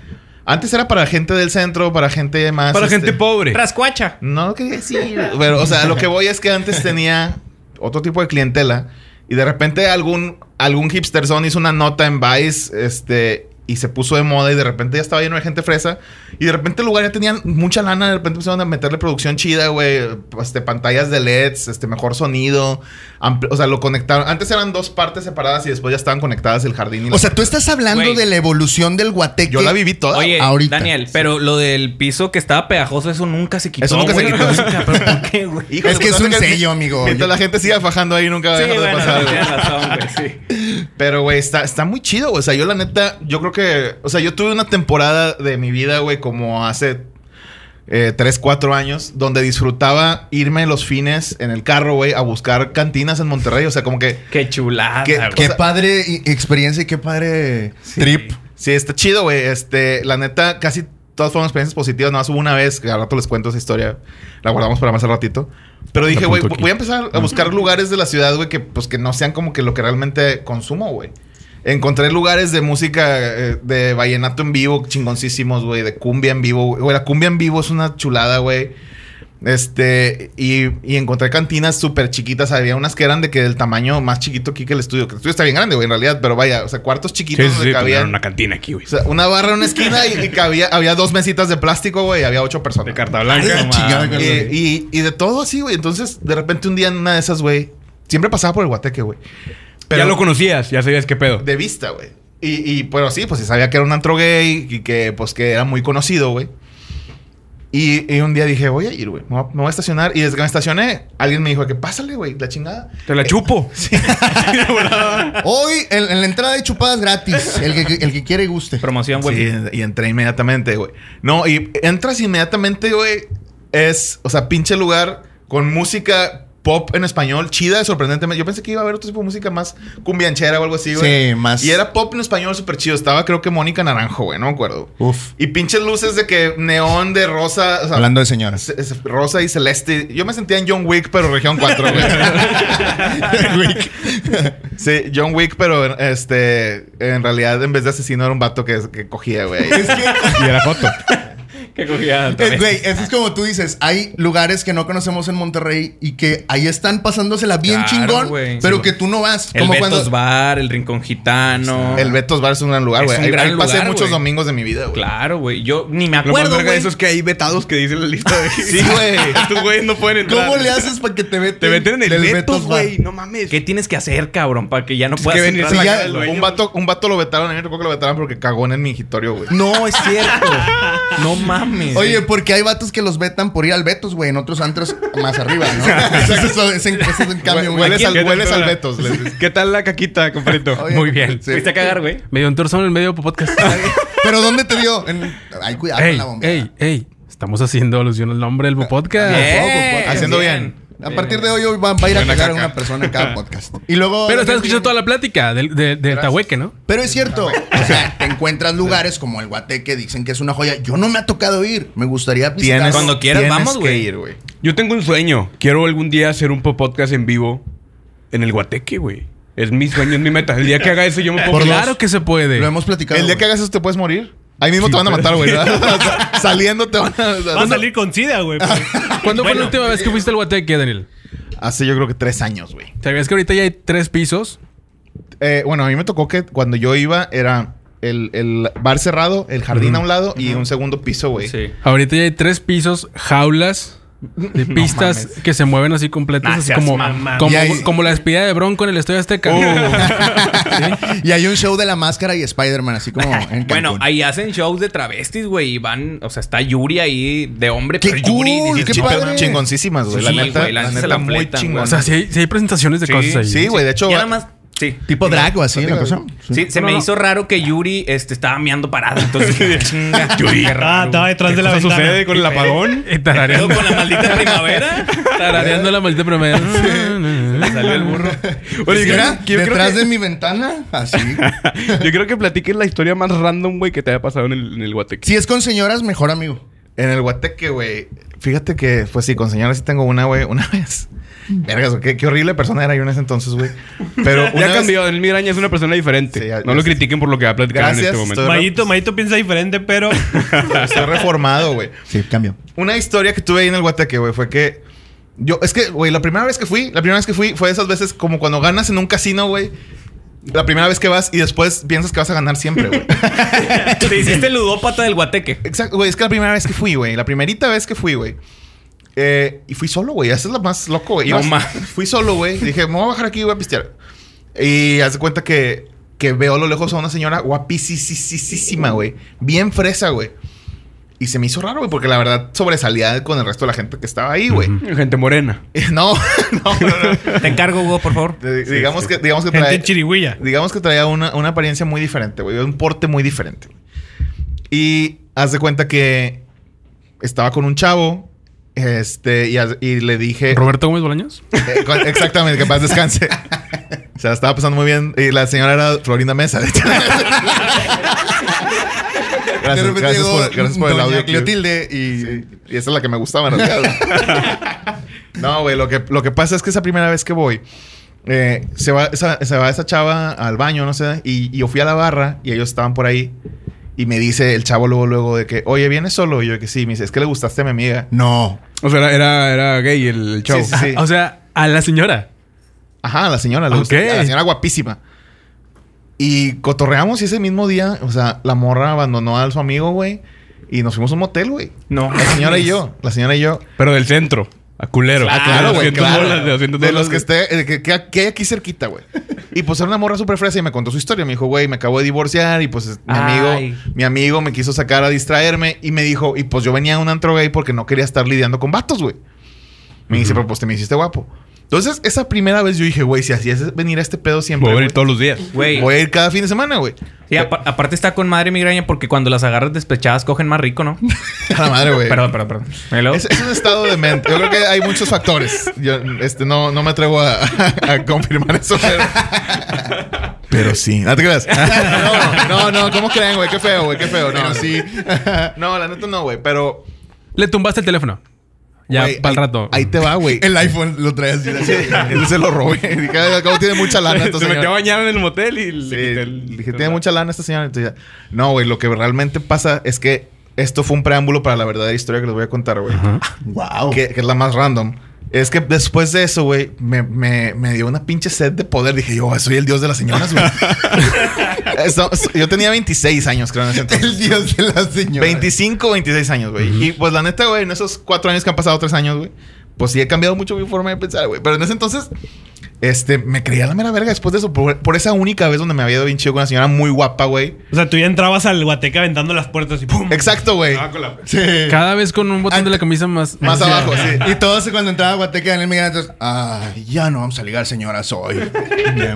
C: Antes era para gente del centro, para gente más.
A: Para
C: este,
A: gente pobre.
B: Rascuacha.
C: No lo quería decir. Pero, o sea, lo que voy es que antes tenía otro tipo de clientela y de repente algún, algún hipsterzón hizo una nota en Vice, este. y se puso de moda y de repente ya estaba lleno de gente fresa y de repente el lugar ya tenían mucha lana, de repente empezaron a meterle producción chida, güey, este, pantallas de LEDs, este, mejor sonido, ampli- o sea, lo conectaron. Antes eran dos partes separadas y después ya estaban conectadas el jardín y la-
D: O sea, tú estás hablando
B: Güey.
D: de la evolución del guateque.
C: yo la viví toda.
B: Oye,
D: ahorita.
B: Daniel, pero lo del piso que estaba pegajoso, eso nunca se quitó.
C: Eso nunca se
B: güey.
C: quitó.
B: Pero ¿por qué, güey?
C: Híjole,
D: es que es
C: pues,
D: un
C: hace
D: sello, amigo.
C: Mientras la gente siga fajando ahí nunca va a
B: Sí,
C: dejar de
B: bueno,
C: pasar. güey.
B: tienes razón, güey, sí.
C: Pero, güey, está, está muy chido, güey. O sea, yo la neta, yo creo que. O sea, yo tuve una temporada de mi vida, güey, como hace eh, 3, 4 años, donde disfrutaba irme los fines en el carro, güey, a buscar cantinas en Monterrey. O sea, como que.
B: Qué chulada,
C: Qué-
B: güey.
D: Qué
C: o sea-
D: padre i- experiencia y qué padre trip.
C: Sí, está chido, güey. Este, la neta, casi todas fueron experiencias positivas. Nada más hubo una vez, que al rato les cuento esa historia. La guardamos para más al ratito. Pero dije, güey,
E: apunto aquí.
C: voy a empezar a buscar lugares de la ciudad, güey, que pues que no sean como que lo que realmente consumo, güey. Encontré lugares de música eh, de vallenato en vivo, chingoncísimos, güey, de cumbia en vivo. güey. Güey, la cumbia en vivo es una chulada, güey. Este, y, y encontré cantinas súper chiquitas. Había unas que eran de que del tamaño más chiquito aquí que el estudio. Que el estudio está bien grande, güey, en realidad, pero vaya, o sea, cuartos chiquitos
A: Sí, sí,
C: donde
A: sí,
C: cabían-
A: tuvieron una cantina aquí, güey.
C: o sea, una barra en una esquina y, y cabía, había dos mesitas de plástico, güey, y había ocho
A: De
C: personas.
A: carta
D: Ay,
A: blanca.
D: la chingada,
C: Y,
D: güey.
C: y- y de todo así, güey. Entonces, de repente un día en una de esas, güey, siempre pasaba por el guateque, güey.
A: ya lo conocías, ya sabías qué pedo.
C: De vista, güey. Y, y pero sí, pues sí sabía que era un antro gay y que pues que era muy conocido, güey. Y, y un día dije, voy a ir, güey. Me voy a- me voy a estacionar. Y desde que me estacioné, alguien me dijo que pásale, güey, la chingada.
A: Te la chupo.
D: Hoy en, en la entrada de chupadas gratis. El que, el que quiere y guste.
B: Promoción, güey.
C: Sí, y entré inmediatamente, güey. No, y entras inmediatamente, güey. Es, o sea, pinche lugar con música pop en español, chida, sorprendentemente. Yo pensé que iba a haber otro tipo de música más cumbianchera o algo así, güey.
D: Sí, más-
C: Y era pop en español súper chido. Estaba, creo que Mónica Naranjo, güey, no me acuerdo.
D: Uf.
C: Y pinches luces de que neón de rosa. o sea,
D: Hablando de señoras.
C: se- se- Rosa y Celeste. Yo me sentía en John Wick, pero región 4, güey. Sí, John Wick, pero este. En realidad, en vez de asesino, era un vato que, que cogía, güey.
E: Y era foto.
B: Qué cogida.
D: Eh, Güey, eso es como tú dices, hay lugares que no conocemos en Monterrey y que ahí están pasándosela bien
B: Claro,
D: chingón,
B: güey.
D: pero
B: Sí.
D: que tú no vas.
B: El
D: como
B: Betos
D: cuando
B: Bar, el Rincón Gitano.
C: El Betos Bar es un gran lugar,
B: Ah. Es
C: güey.
B: un
C: Ahí,
B: gran
C: ahí pasé
B: lugar,
C: muchos
B: güey.
C: domingos de mi vida, güey.
B: Claro, güey. Yo ni me
A: Lo más
B: acuerdo,
A: verga de
B: güey.
A: eso es que hay vetados que dicen la lista de.
C: Sí, güey.
A: Estos güeyes no pueden entrar.
D: ¿Cómo le haces para que te veten?
A: Te meten en el
D: del
A: Betos,
D: Bar?
A: güey. No mames.
B: ¿Qué tienes que hacer, cabrón? Para que ya no puedas
A: que venir
B: entrar
D: si
B: a la
D: ya-
B: casa del dueño.
C: Un vato, un vato lo vetaron, a mí me tocó que lo vetaron porque cagó en el mingitorio, güey.
B: No, es cierto. no mames.
D: Oye, porque hay vatos que los vetan por ir al Betos, güey, en otros antros más arriba, ¿no? Eso es, eso es en- eso es en cambio,
C: Hue-
D: güey.
C: Hueles al,
A: ¿Qué tal
C: hueles al
A: la-
C: Betos. les dice.
A: ¿Qué tal la caquita, completo?
D: Oye,
E: Muy bien.
D: sí.
B: Fuiste a cagar, güey.
E: Medio un torzón en medio podcast.
D: Pero ¿dónde te dio? En- Ay, cuidado con
E: ey,
D: la bomba.
E: ey, ey. Estamos haciendo alusión al nombre del podcast.
D: pues,
B: Bien,
C: Haciendo bien.
D: A partir de hoy hoy va, va a ir a
C: Buena
D: cagar a
C: caca.
D: una persona en cada podcast. Y luego
E: Pero estás escuchando toda la plática del, de, de Tahueque, ¿no?
D: Pero es cierto, o sea, te encuentras lugares como el Guateque, dicen que es una joya. Yo no me ha tocado ir, me gustaría visitar.
B: Cuando quieras,
C: tienes
B: vamos,
C: que
B: güey.
C: ir, güey.
A: Yo tengo un sueño. Quiero algún día hacer un po- podcast en vivo en el Guateque, güey. Es mi sueño, es mi meta. El día que haga eso, yo me puedo.
D: Por
E: claro
D: dos.
E: que se puede.
D: Lo hemos platicado.
C: El día que
D: güey.
C: hagas eso te puedes morir. Ahí mismo te van a matar, güey. Saliendo te van a...
F: Va a salir con SIDA, güey.
E: ¿Cuándo fue la última vez que fuiste al Guateque, Daniel?
C: Hace yo creo que tres años, güey.
E: ¿Sabías que ahorita ya hay tres pisos?
C: Eh, bueno, a mí me tocó que cuando yo iba era el, el bar cerrado, el jardín a un lado y un segundo piso, güey.
B: Sí.
E: Ahorita ya hay tres pisos, jaulas de pistas que se mueven así completas,
B: Nah,
E: así
B: seas
E: como,
B: mamá.
E: como,
D: Y ahí-
E: como la despedida de Bronco en el Estadio Azteca.
D: Y hay un show de la máscara y Spider-Man, así como en Cancún.
B: Bueno, ahí hacen shows de travestis, güey. Y van, o sea, está Yuri ahí de hombre.
D: ¡Qué
B: pero Yuri,
D: cool! ¡Qué
B: dices,
C: Qué
B: "Chingón".
D: padre!
C: chingoncísimas, güey.
B: Sí,
C: la neta,
B: güey, la
C: la
B: neta se
C: neta
B: la
C: muy
B: fletan,
C: chingona.
E: o sea, sí hay, sí hay presentaciones de cosas ahí.
C: Sí, güey. De hecho,
B: Ya
C: va-
B: nada más. Sí.
D: tipo drag o así, una cosa.
B: Sí, se me hizo raro que Yuri este, estaba meando parada. Entonces, dije, chinga. Yuri.
F: Ah, estaba detrás de la
A: ¿Qué
F: ventana.
A: sucede con el apagón?
E: Y
B: ¿Quedo
E: tarareando,
B: con la maldita primavera?
E: tarareando la maldita primera.
B: Salió el burro.
A: Oye,
D: Pues
A: yo
D: mira,
A: creo- yo creo
D: detrás
A: que-
D: de mi ventana, así.
A: Yo creo que platiques la historia más random, güey, que te haya pasado en el, en el Guateque.
D: si es con señoras, mejor amigo.
C: En el Guateque, güey. Fíjate que, pues sí, con señoras sí tengo una, güey. Una vez. Vergas, güey, qué, qué horrible persona era yo en ese entonces, güey. Pero una
A: Ya
C: vez-
A: cambió. Daniel Miraña es una persona diferente.
C: Sí, ya-
A: no
C: ya
A: lo
C: sé.
A: critiquen por lo que va a platicar en
C: Gracias,
A: este momento.
C: estoy-
F: Mayito, Mayito piensa diferente, pero
C: Estoy reformado, güey.
D: Sí, cambio.
C: Una historia que tuve ahí en el Guateque, güey, fue que. Yo, es que, güey, la primera vez que fui, la primera vez que fui fue de esas veces como cuando ganas en un casino, güey. la primera vez que vas y después piensas que vas a ganar siempre, güey.
B: Te hiciste ludópata del guateque.
C: Exacto, güey. Es que la primera vez que fui, güey. La primerita vez que fui, güey. Eh, y fui solo, güey. Esa es la más loco, güey.
B: No
C: Ibas-
B: ma-
C: Fui solo, güey. Dije, me voy a bajar aquí y voy a pistear. Y haz de cuenta que, que veo a lo lejos a una señora guapísima, güey. Bien fresa, güey. Y se me hizo raro, güey, porque la verdad sobresalía con el resto de la gente que estaba ahí, güey.
A: Gente morena.
C: No, no, no, no.
B: Te encargo, Hugo, por favor.
C: Eh, digamos, que, digamos que
F: Gente
C: trae-
F: chirigüilla.
C: digamos que traía una, una apariencia muy diferente, güey. Un porte muy diferente. Y haz de cuenta que estaba con un chavo. Este, y, haz- y le dije.
E: ¿Roberto Gómez Bolaños?
C: eh, con- exactamente, que paz descanse. O sea, estaba pasando muy bien. Y la señora era Florinda Mesa, de hecho.
D: De
C: Gracias,
D: repente
C: gracias
D: llegó
C: por, gracias por el
D: Doña
C: audio. Clio.
D: Cleotilde y...
C: Y esa es la que me gustaba, en realidad. No, güey, lo que, lo que pasa es que esa primera vez que voy, eh, se, va esa, se va esa chava al baño, no sé, y, y yo fui a la barra y ellos estaban por ahí. Y me dice el chavo luego, luego de que, oye, ¿vienes solo? Y yo de que sí, me dice, es que le gustaste a mi amiga.
D: No.
A: O sea, era, era, era gay el, el chavo.
C: Sí, sí, sí.
E: Ah, O sea, a la señora.
C: Ajá, a la señora, le
E: Ok.
C: gusta- a la señora guapísima. Y cotorreamos y ese mismo día, o sea, la morra abandonó a su amigo, güey. Y nos fuimos a un motel, güey.
B: No.
C: La señora y yo, la señora y yo.
A: Pero del centro. A culero.
C: Ah, claro,
A: De
C: güey.
A: 200
C: claro.
A: bolas, de 200
C: de
A: bolas,
C: los que esté, eh, que, que- que hay aquí cerquita, güey. Y pues era una morra súper fresa y me contó su historia. Me dijo, güey, me acabo de divorciar y pues mi
B: Ay.
C: amigo, mi amigo me quiso sacar a distraerme y me dijo, y pues yo venía a un antro gay porque no quería estar lidiando con vatos, güey. Me dice, pero pues te me hiciste guapo. Entonces, esa primera vez yo dije, güey, si así es venir a este pedo siempre.
A: Voy a
C: güey,
A: venir todos los días.
B: Güey.
C: voy a ir cada fin de semana, güey.
B: Sí, apa- aparte está con madre migraña porque cuando las agarras despechadas cogen más rico, ¿no?
C: A la madre, güey.
B: Perdón, perdón, perdón. Y luego-
C: Es, es un estado de mente. Yo creo que hay muchos factores. Yo este, no, no me atrevo a, a confirmar eso, pero. Pero sí. No te creas. No, no, no. ¿Cómo creen, güey? Qué feo, güey. Qué feo. No, sí. No, la neta no, güey. Pero.
E: Le tumbaste el teléfono. Ya,
C: güey,
E: para el
C: ahí-
E: rato.
C: Ahí te va, güey.
D: El iPhone lo traes.
C: Él se lo robé. Dije, "Al cabo tiene mucha lana. esta
A: Se metió a
C: señora".
A: bañar en el motel y
C: Sí,
A: le quité el-
C: dije, tiene mucha lana esta señora. Entonces, ya. no, güey. Lo que realmente pasa es que esto fue un preámbulo para la verdadera historia que les voy a contar, güey.
D: wow.
C: que, que es la más random. Es que después de eso, güey, me, me- me dio una pinche sed de poder. Dije, yo soy el dios de las señoras, güey. Eso- yo tenía 26 años, creo, en ese entonces.
D: El dios de la señora.
C: 25, 26 años, güey. Y pues la neta, güey, en esos cuatro años que han pasado, tres años, güey, pues sí he cambiado mucho mi forma de pensar, güey. Pero en ese entonces, este, me creía la mera verga después de eso. Por, por esa única vez donde me había ido bien chido con una señora muy guapa, güey.
F: O sea, tú ya entrabas al guateque aventando las puertas y ¡pum!
C: Exacto, güey.
F: Ah, con la-
D: Sí.
E: Cada vez con un botón de la camisa más.
C: Ah, Más abajo, sí.
D: Y todos cuando entraba a Guateque, Daniel Miguel, entonces, ah, ya no vamos a ligar señoras hoy.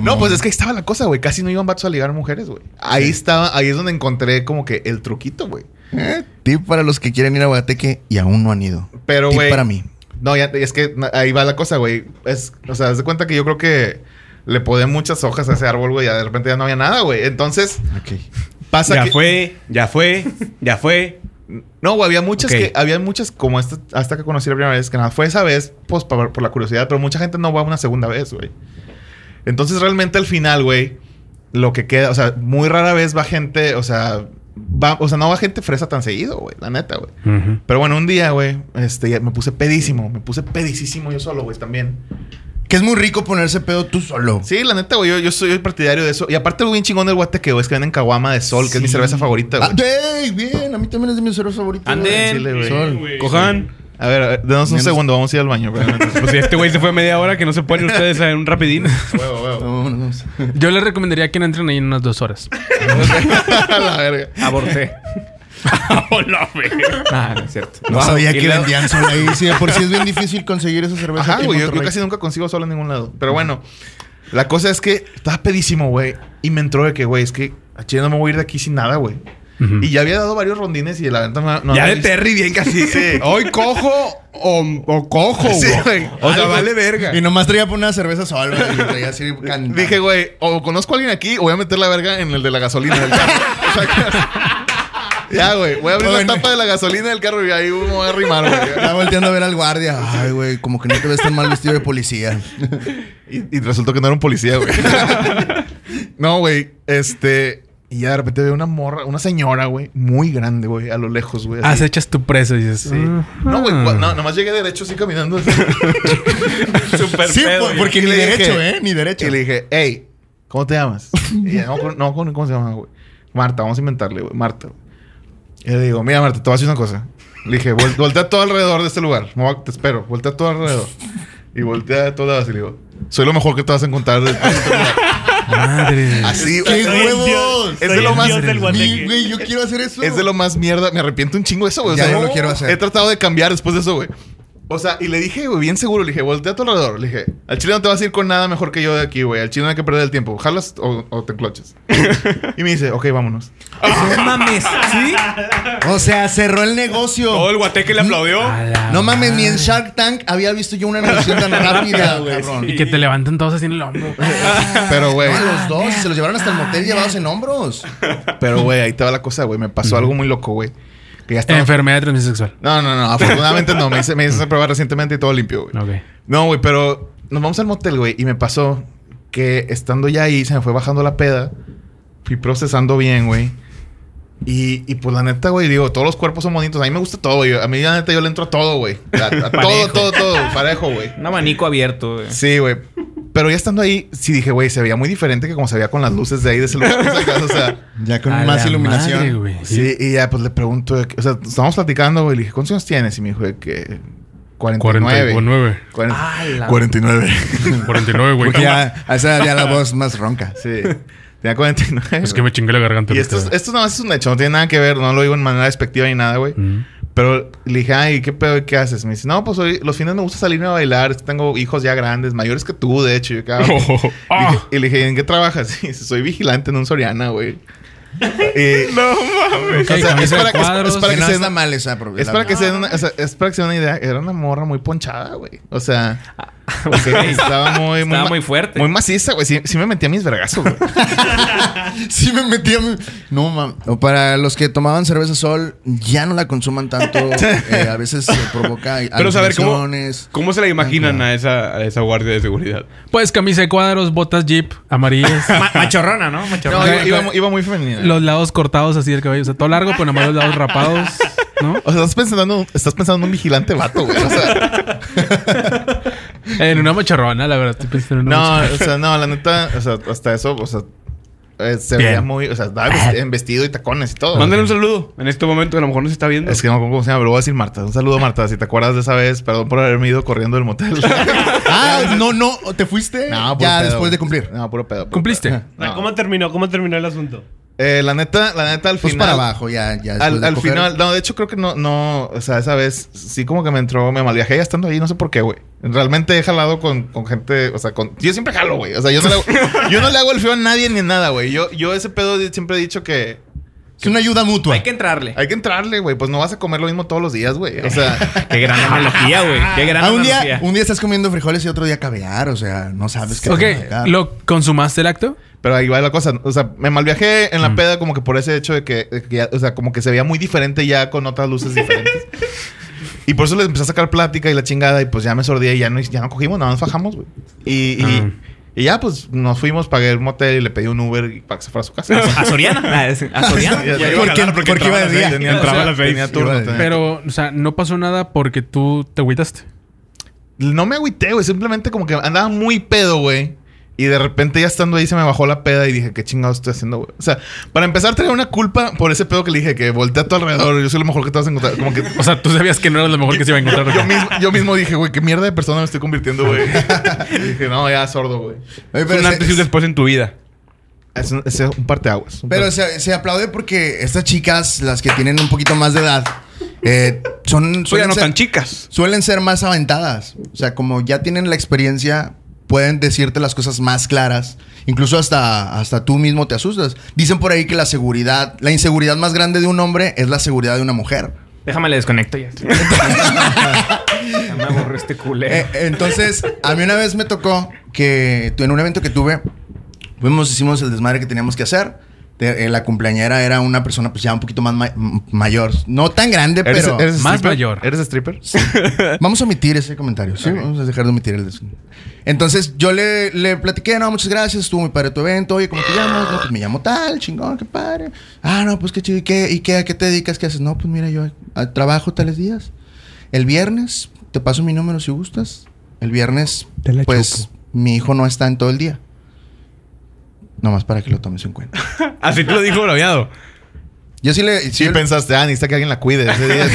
C: No, pues es que ahí estaba la cosa, güey. Casi no iban vatos a ligar mujeres, güey. Ahí estaba, ahí es donde encontré como que el truquito, güey.
D: Eh, Tip para los que quieren ir a Guateque y aún no han ido.
C: Pero,
D: Tip
C: güey.
D: para mí.
C: No, ya, es que na- ahí va la cosa, güey. Es, o sea, haz de cuenta que yo creo que le podé muchas hojas a ese árbol, güey. Y de repente ya no había nada, güey. Entonces,
D: Ok.
C: pasa
A: Ya
C: que.
A: fue, ya fue, ya fue.
C: No, güey, había muchas
A: Ok.
C: que. Había muchas como esta, hasta que conocí la primera vez, que nada, fue esa vez, pues por, por la curiosidad, pero mucha gente no va una segunda vez, güey. Entonces, realmente al final, güey, lo que queda, o sea, muy rara vez va gente, o sea, va, o sea, no va gente fresa tan seguido, güey, la neta, güey.
E: Ujú.
C: Pero bueno, un día, güey, este, ya me puse pedísimo, me puse pedicísimo yo solo, güey, también.
D: Que es muy rico ponerse pedo tú solo.
C: Sí, la neta, güey, yo, yo soy partidario de eso. Y aparte, güey, bien chingón del guateque, güey, es que venden caguama de sol, que es mi
D: Sí.
C: cerveza favorita,
D: Ah,
C: güey.
D: ey, bien, a mí también es de mis cervezas favoritas.
B: Anden.
D: güey.
C: Chile, güey.
D: Sol.
F: güey.
A: Cojan.
C: A ver, a ver, denos un
D: Menos-
C: segundo, vamos a ir al baño, güey.
A: Pues si este güey se fue a media hora que no se ponen ustedes en un rapidín.
C: Huevo, huevo.
D: Vámonos.
E: Yo les recomendaría que no entren ahí en unas dos horas.
C: A la verga.
B: Aborté.
A: Hola, güey.
B: Ah, no es cierto.
D: No
B: Wow.
D: sabía
B: Y
D: que
B: luego-
D: vendían sol ahí. Sí, de por si es bien difícil conseguir esa cerveza.
C: Ajá,
D: aquí en
C: güey, yo, yo
D: Monterrey.
C: casi nunca consigo solo en ningún lado. Pero bueno, la cosa es que estaba pedísimo, güey, y me entró de que, güey, es que a Chile no me voy a ir de aquí sin nada, güey. Y ya había dado varios rondines y la venta no, no
A: Ya
C: había
A: de
C: visto-
A: Terry bien casi.
C: Sí.
A: Hoy cojo o, o cojo,
C: Sí,
A: güey.
C: güey.
A: O sea,
C: Algo.
A: vale verga.
D: Y nomás traía por una cerveza sol, güey. y traía así cantando.
C: Dije, güey, o conozco a alguien aquí o voy a meter la verga en el de la gasolina del carro. O sea, que- ya, güey, voy a abrir
D: Bueno.
C: la tapa de la gasolina del carro y ahí me voy a arrimar, güey.
D: Estaba volteando a ver al guardia. Ay, güey, como que no te ves tan mal vestido de policía.
C: Y, y resultó que no era un policía, güey. no, güey, este... Y ya de repente veo una morra, una señora, güey, muy grande, güey, a lo lejos, güey. así.
E: Acechas Ah, tu presa y dices.
C: Sí. No, güey, cua- no, nomás llegué derecho así caminando.
F: Súper
D: Sí,
F: pedo,
D: por-
F: güey.
D: porque
C: Y
D: ni
C: le dije-
D: derecho, ¿eh? Ni derecho.
C: y le dije, hey, ¿Cómo te llamas? Y ella, no, con- no, con- ¿cómo se llama, güey? Marta, vamos a inventarle, güey. Marta. güey. Y le digo, mira, Marta, te voy a decir una cosa. Le dije, "Vol- voltea todo alrededor de este lugar. Me voy a- te espero. Voltea todo alrededor. Y voltea a todos lados y le digo, soy lo mejor que te vas a encontrar. de- de este lugar".
E: Madre.
D: Así,
F: Soy
D: ¡qué
F: el dios-
D: huevos!
F: soy
C: de
F: el
C: lo más-
F: dios del
D: Y,
F: guateque.
D: güey, yo quiero hacer eso.
C: Es de lo más mierda. Me arrepiento un chingo de eso, güey.
D: Ya,
C: o sea,
D: yo lo quiero hacer.
C: He tratado de cambiar después de eso, güey. O sea, y le dije, güey, bien seguro. Le dije, voltea a tu alrededor. Le dije, al chile no te vas a ir con nada mejor que yo de aquí, güey. Al chile no hay que perder el tiempo. ¿Jalas o, o te cloches? y me dice, ok, vámonos. Ah,
B: No mames. ¿Sí?
D: O sea, cerró el negocio.
A: Todo el guateque le aplaudió.
B: Ah,
D: No mames, ni en Shark Tank había visto yo una animación tan rápida, güey.
E: Y que te levantan todos así en el hombro.
C: Ah, Pero, güey.
D: Ah, No, a los dos, se los llevaron hasta el motel llevados en hombros.
C: Pero, güey, ahí te va la cosa, güey. Me pasó algo muy loco, güey. Que ya estaba...
E: Enfermedad de transmisión sexual.
C: No, no, no. Afortunadamente no. Me hice, me hice esa prueba recientemente y todo limpio, güey.
E: Ok.
C: No, güey, pero nos vamos al motel, güey. Y me pasó que estando ya ahí, se me fue bajando la peda. Fui procesando bien, güey. Y, y pues la neta, güey, digo, todos los cuerpos son bonitos. A mí me gusta todo, güey. A mí la neta yo le entro a todo, güey. A, a todo,
B: Parejo.
C: todo, todo. Parejo, güey.
B: Un abanico abierto, güey.
C: Sí, güey. Pero ya estando ahí, sí dije, güey, se veía muy diferente que como se veía con las luces de ahí de ese lugar. ¿sacas? O sea,
D: Ya con
E: A
D: más
E: la
D: iluminación.
E: madre, güey.
C: Sí, y ya pues le pregunto, de que- o sea, estábamos platicando, güey, le dije, ¿cuántos años tienes? Y me dijo de que 49.
E: 49.
C: 49.
B: Ah, la-
C: 49.
E: 49, güey.
D: Porque ya, a esa edad ya la voz más ronca.
C: sí. Tenía 49.
E: Es que me chingué la garganta.
C: y esto, es-
E: ahorita.
C: esto nada más es un hecho, no tiene nada que ver, no lo digo en manera despectiva ni nada, güey.
E: Mm.
C: Pero le dije, ay, ¿qué pedo? ¿Qué haces? Me dice, no, pues hoy los fines me gusta salirme a bailar, es que tengo hijos ya grandes, mayores que tú, de hecho. Y Yo, "Ah, ok".
E: Oh,
C: Le
E: ah.
C: dije- y le dije, ¿en qué trabajas? Y dice, soy vigilante en un Soriana, güey. Y-
E: Ok,
C: o sea,
E: camisa
C: es
E: de
C: para que- es- es
E: cuadros.
C: para
D: Que
C: que
D: no
C: se-
D: está mal esa
C: Es
D: probabilidad.
C: para que se den una, o sea, es para que se den una idea. Era una morra muy ponchada, güey. O sea,
E: Ah,
B: Ok.
C: estaba muy,
B: Estaba
C: ma-
B: muy fuerte.
C: Muy maciza, güey. Sí, sí me metí a mis vergazos, güey.
D: Sí me metí a mi- No, mames. Para los que tomaban cerveza sol, ya no la consuman tanto. Eh, a veces eh, provoca
A: Pero saber cómo,
D: alucinaciones.
A: cómo se la imaginan a esa, a esa guardia de seguridad.
E: Pues camisa de cuadros, botas jeep, amarillas.
B: Ma- machorrona, ¿no?
C: No,
B: Machorrona.
C: iba, iba- iba muy femenina.
E: los lados cortados así del cabello. O sea, todo largo, pero nomás los lados rapados. ¿No?
C: O sea, estás pensando, estás pensando en un vigilante vato, güey. O sea,
E: En una macharrona, la verdad. Estoy pensando en una
C: no,
E: macharrona.
C: o sea, no, la neta, o sea, hasta eso, o sea, eh, se
E: Bien.
C: veía muy, o sea, estaba vest- en vestido y tacones y todo.
A: Mándale un saludo. En este momento, a lo mejor no se está viendo.
C: Es que no me acuerdo cómo se llama, pero voy a decir Marta. Un saludo, Marta. Si te acuerdas de esa vez, perdón por haberme ido corriendo del motel.
D: Ah, no, no. ¿Te fuiste?
C: no, puro
D: ya
C: pedo,
D: después de
C: güey.
D: cumplir.
C: No, puro pedo. puro
E: ¿Cumpliste?
C: pedo.
F: Ah,
C: No.
F: ¿Cómo terminó? ¿Cómo terminó el asunto?
C: Eh, la neta, la neta, al
D: Pues
C: final.
D: para abajo, ya. ya después
C: Al,
D: de
C: al
D: coger.
C: final, no, de hecho creo que no, no, o sea, esa vez sí como que me entró, me malviajé ya estando ahí, no sé por qué, güey. Realmente he jalado con, con gente, o sea, con... Yo siempre jalo, güey. O sea, yo no, le hago, yo no le hago el feo a nadie ni nada, güey. Yo, yo ese pedo de- siempre he dicho que
D: Es una ayuda mutua.
B: Hay que entrarle.
C: hay que entrarle, güey. Pues no vas a comer lo mismo todos los días, güey. O sea,
B: Qué gran analogía, güey. Qué gran
D: Ah, un día,
B: analogía.
D: un día estás comiendo frijoles y otro día caviar, o sea, no sabes qué te va a
E: Ok,
D: tocar.
E: ¿lo consumaste el acto?
C: pero ahí va la cosa. O sea, me malviajé en la peda como que por ese hecho de que, de que ya- o sea, como que se veía muy diferente ya con otras luces diferentes. Y por eso les empecé a sacar plática y la chingada y pues ya me sordía y ya no, ya no cogimos, nada más fajamos, güey. Y, y-
E: Ah.
C: y ya pues nos fuimos, pagué el motel y le pedí un Uber y para que se fuera a su casa.
B: A Soriana. Ah, es- A Soriana.
C: Ya- ya
D: ¿Por
C: iba a
D: qué-
C: jalar
D: por qué iba
C: entraba
D: de
C: a las seis,
D: día?
C: Tenía, entraba
E: Entraba a las seis.
C: tenía turno.
D: Iba de
C: tenía turno.
E: Pero, o sea, no pasó nada porque tú te agüitaste.
C: No me agüité, güey. Simplemente como que andaba muy pedo, güey. Y de repente ya estando ahí se me bajó la peda y dije, ¿qué chingados estoy haciendo, güey? O sea, para empezar tenía una culpa por ese pedo que le dije, que voltea a tu alrededor, yo soy lo mejor que te vas a encontrar. Como que
E: O sea, tú sabías que no eras lo mejor que se iba a encontrar.
C: yo mismo, yo mismo dije, güey, qué mierda de persona me estoy convirtiendo, güey. Y dije, no, ya sordo, güey.
D: Oye,
A: Es un
D: pero se-
A: antes y un después en tu vida.
C: Es un, es un parteaguas. un
D: pero
C: parte-
D: se, se aplaude porque estas chicas, las que tienen un poquito más de edad, eh, son
A: Soy Pues ya
D: suelen,
A: no tan
D: ser,
A: chicas.
D: suelen ser más aventadas. O sea, como ya tienen la experiencia, pueden decirte las cosas más claras. Incluso hasta, hasta tú mismo te asustas. Dicen por ahí que la seguridad, la inseguridad más grande de un hombre es la seguridad de una mujer.
B: Déjame le desconecto ya. Ya me aburrió este
D: Eh,
B: culero.
D: entonces, a mí una vez me tocó que tu- en un evento que tuve, fuimos, hicimos el desmadre que teníamos que hacer. Te- eh, la cumpleañera era una persona pues ya un poquito más ma- m- mayor. No tan grande,
C: ¿Eres-
D: pero...
C: eres
E: Más
C: stripper?
E: mayor.
C: ¿Eres stripper?
D: Vamos a omitir ese comentario, ¿sí? Vamos a dejar de omitir el des- Entonces yo le, le platiqué, no, muchas gracias, estuvo muy padre tu evento, oye, ¿cómo te llamas? No, pues me llamo tal, chingón, qué padre. Ah, no, pues qué chido, ¿y qué, y qué, a qué te dedicas? ¿Qué haces? No, pues mira, yo ah, trabajo tales días. El viernes, te paso mi número si gustas. El viernes, pues mi hijo no está en todo el día. Nomás para que lo tomes en cuenta.
A: Así te lo dijo Braviado.
D: Yo sí le...
C: Sí,
D: sí-
C: pensaste, ah, necesita que alguien la cuide. ese día.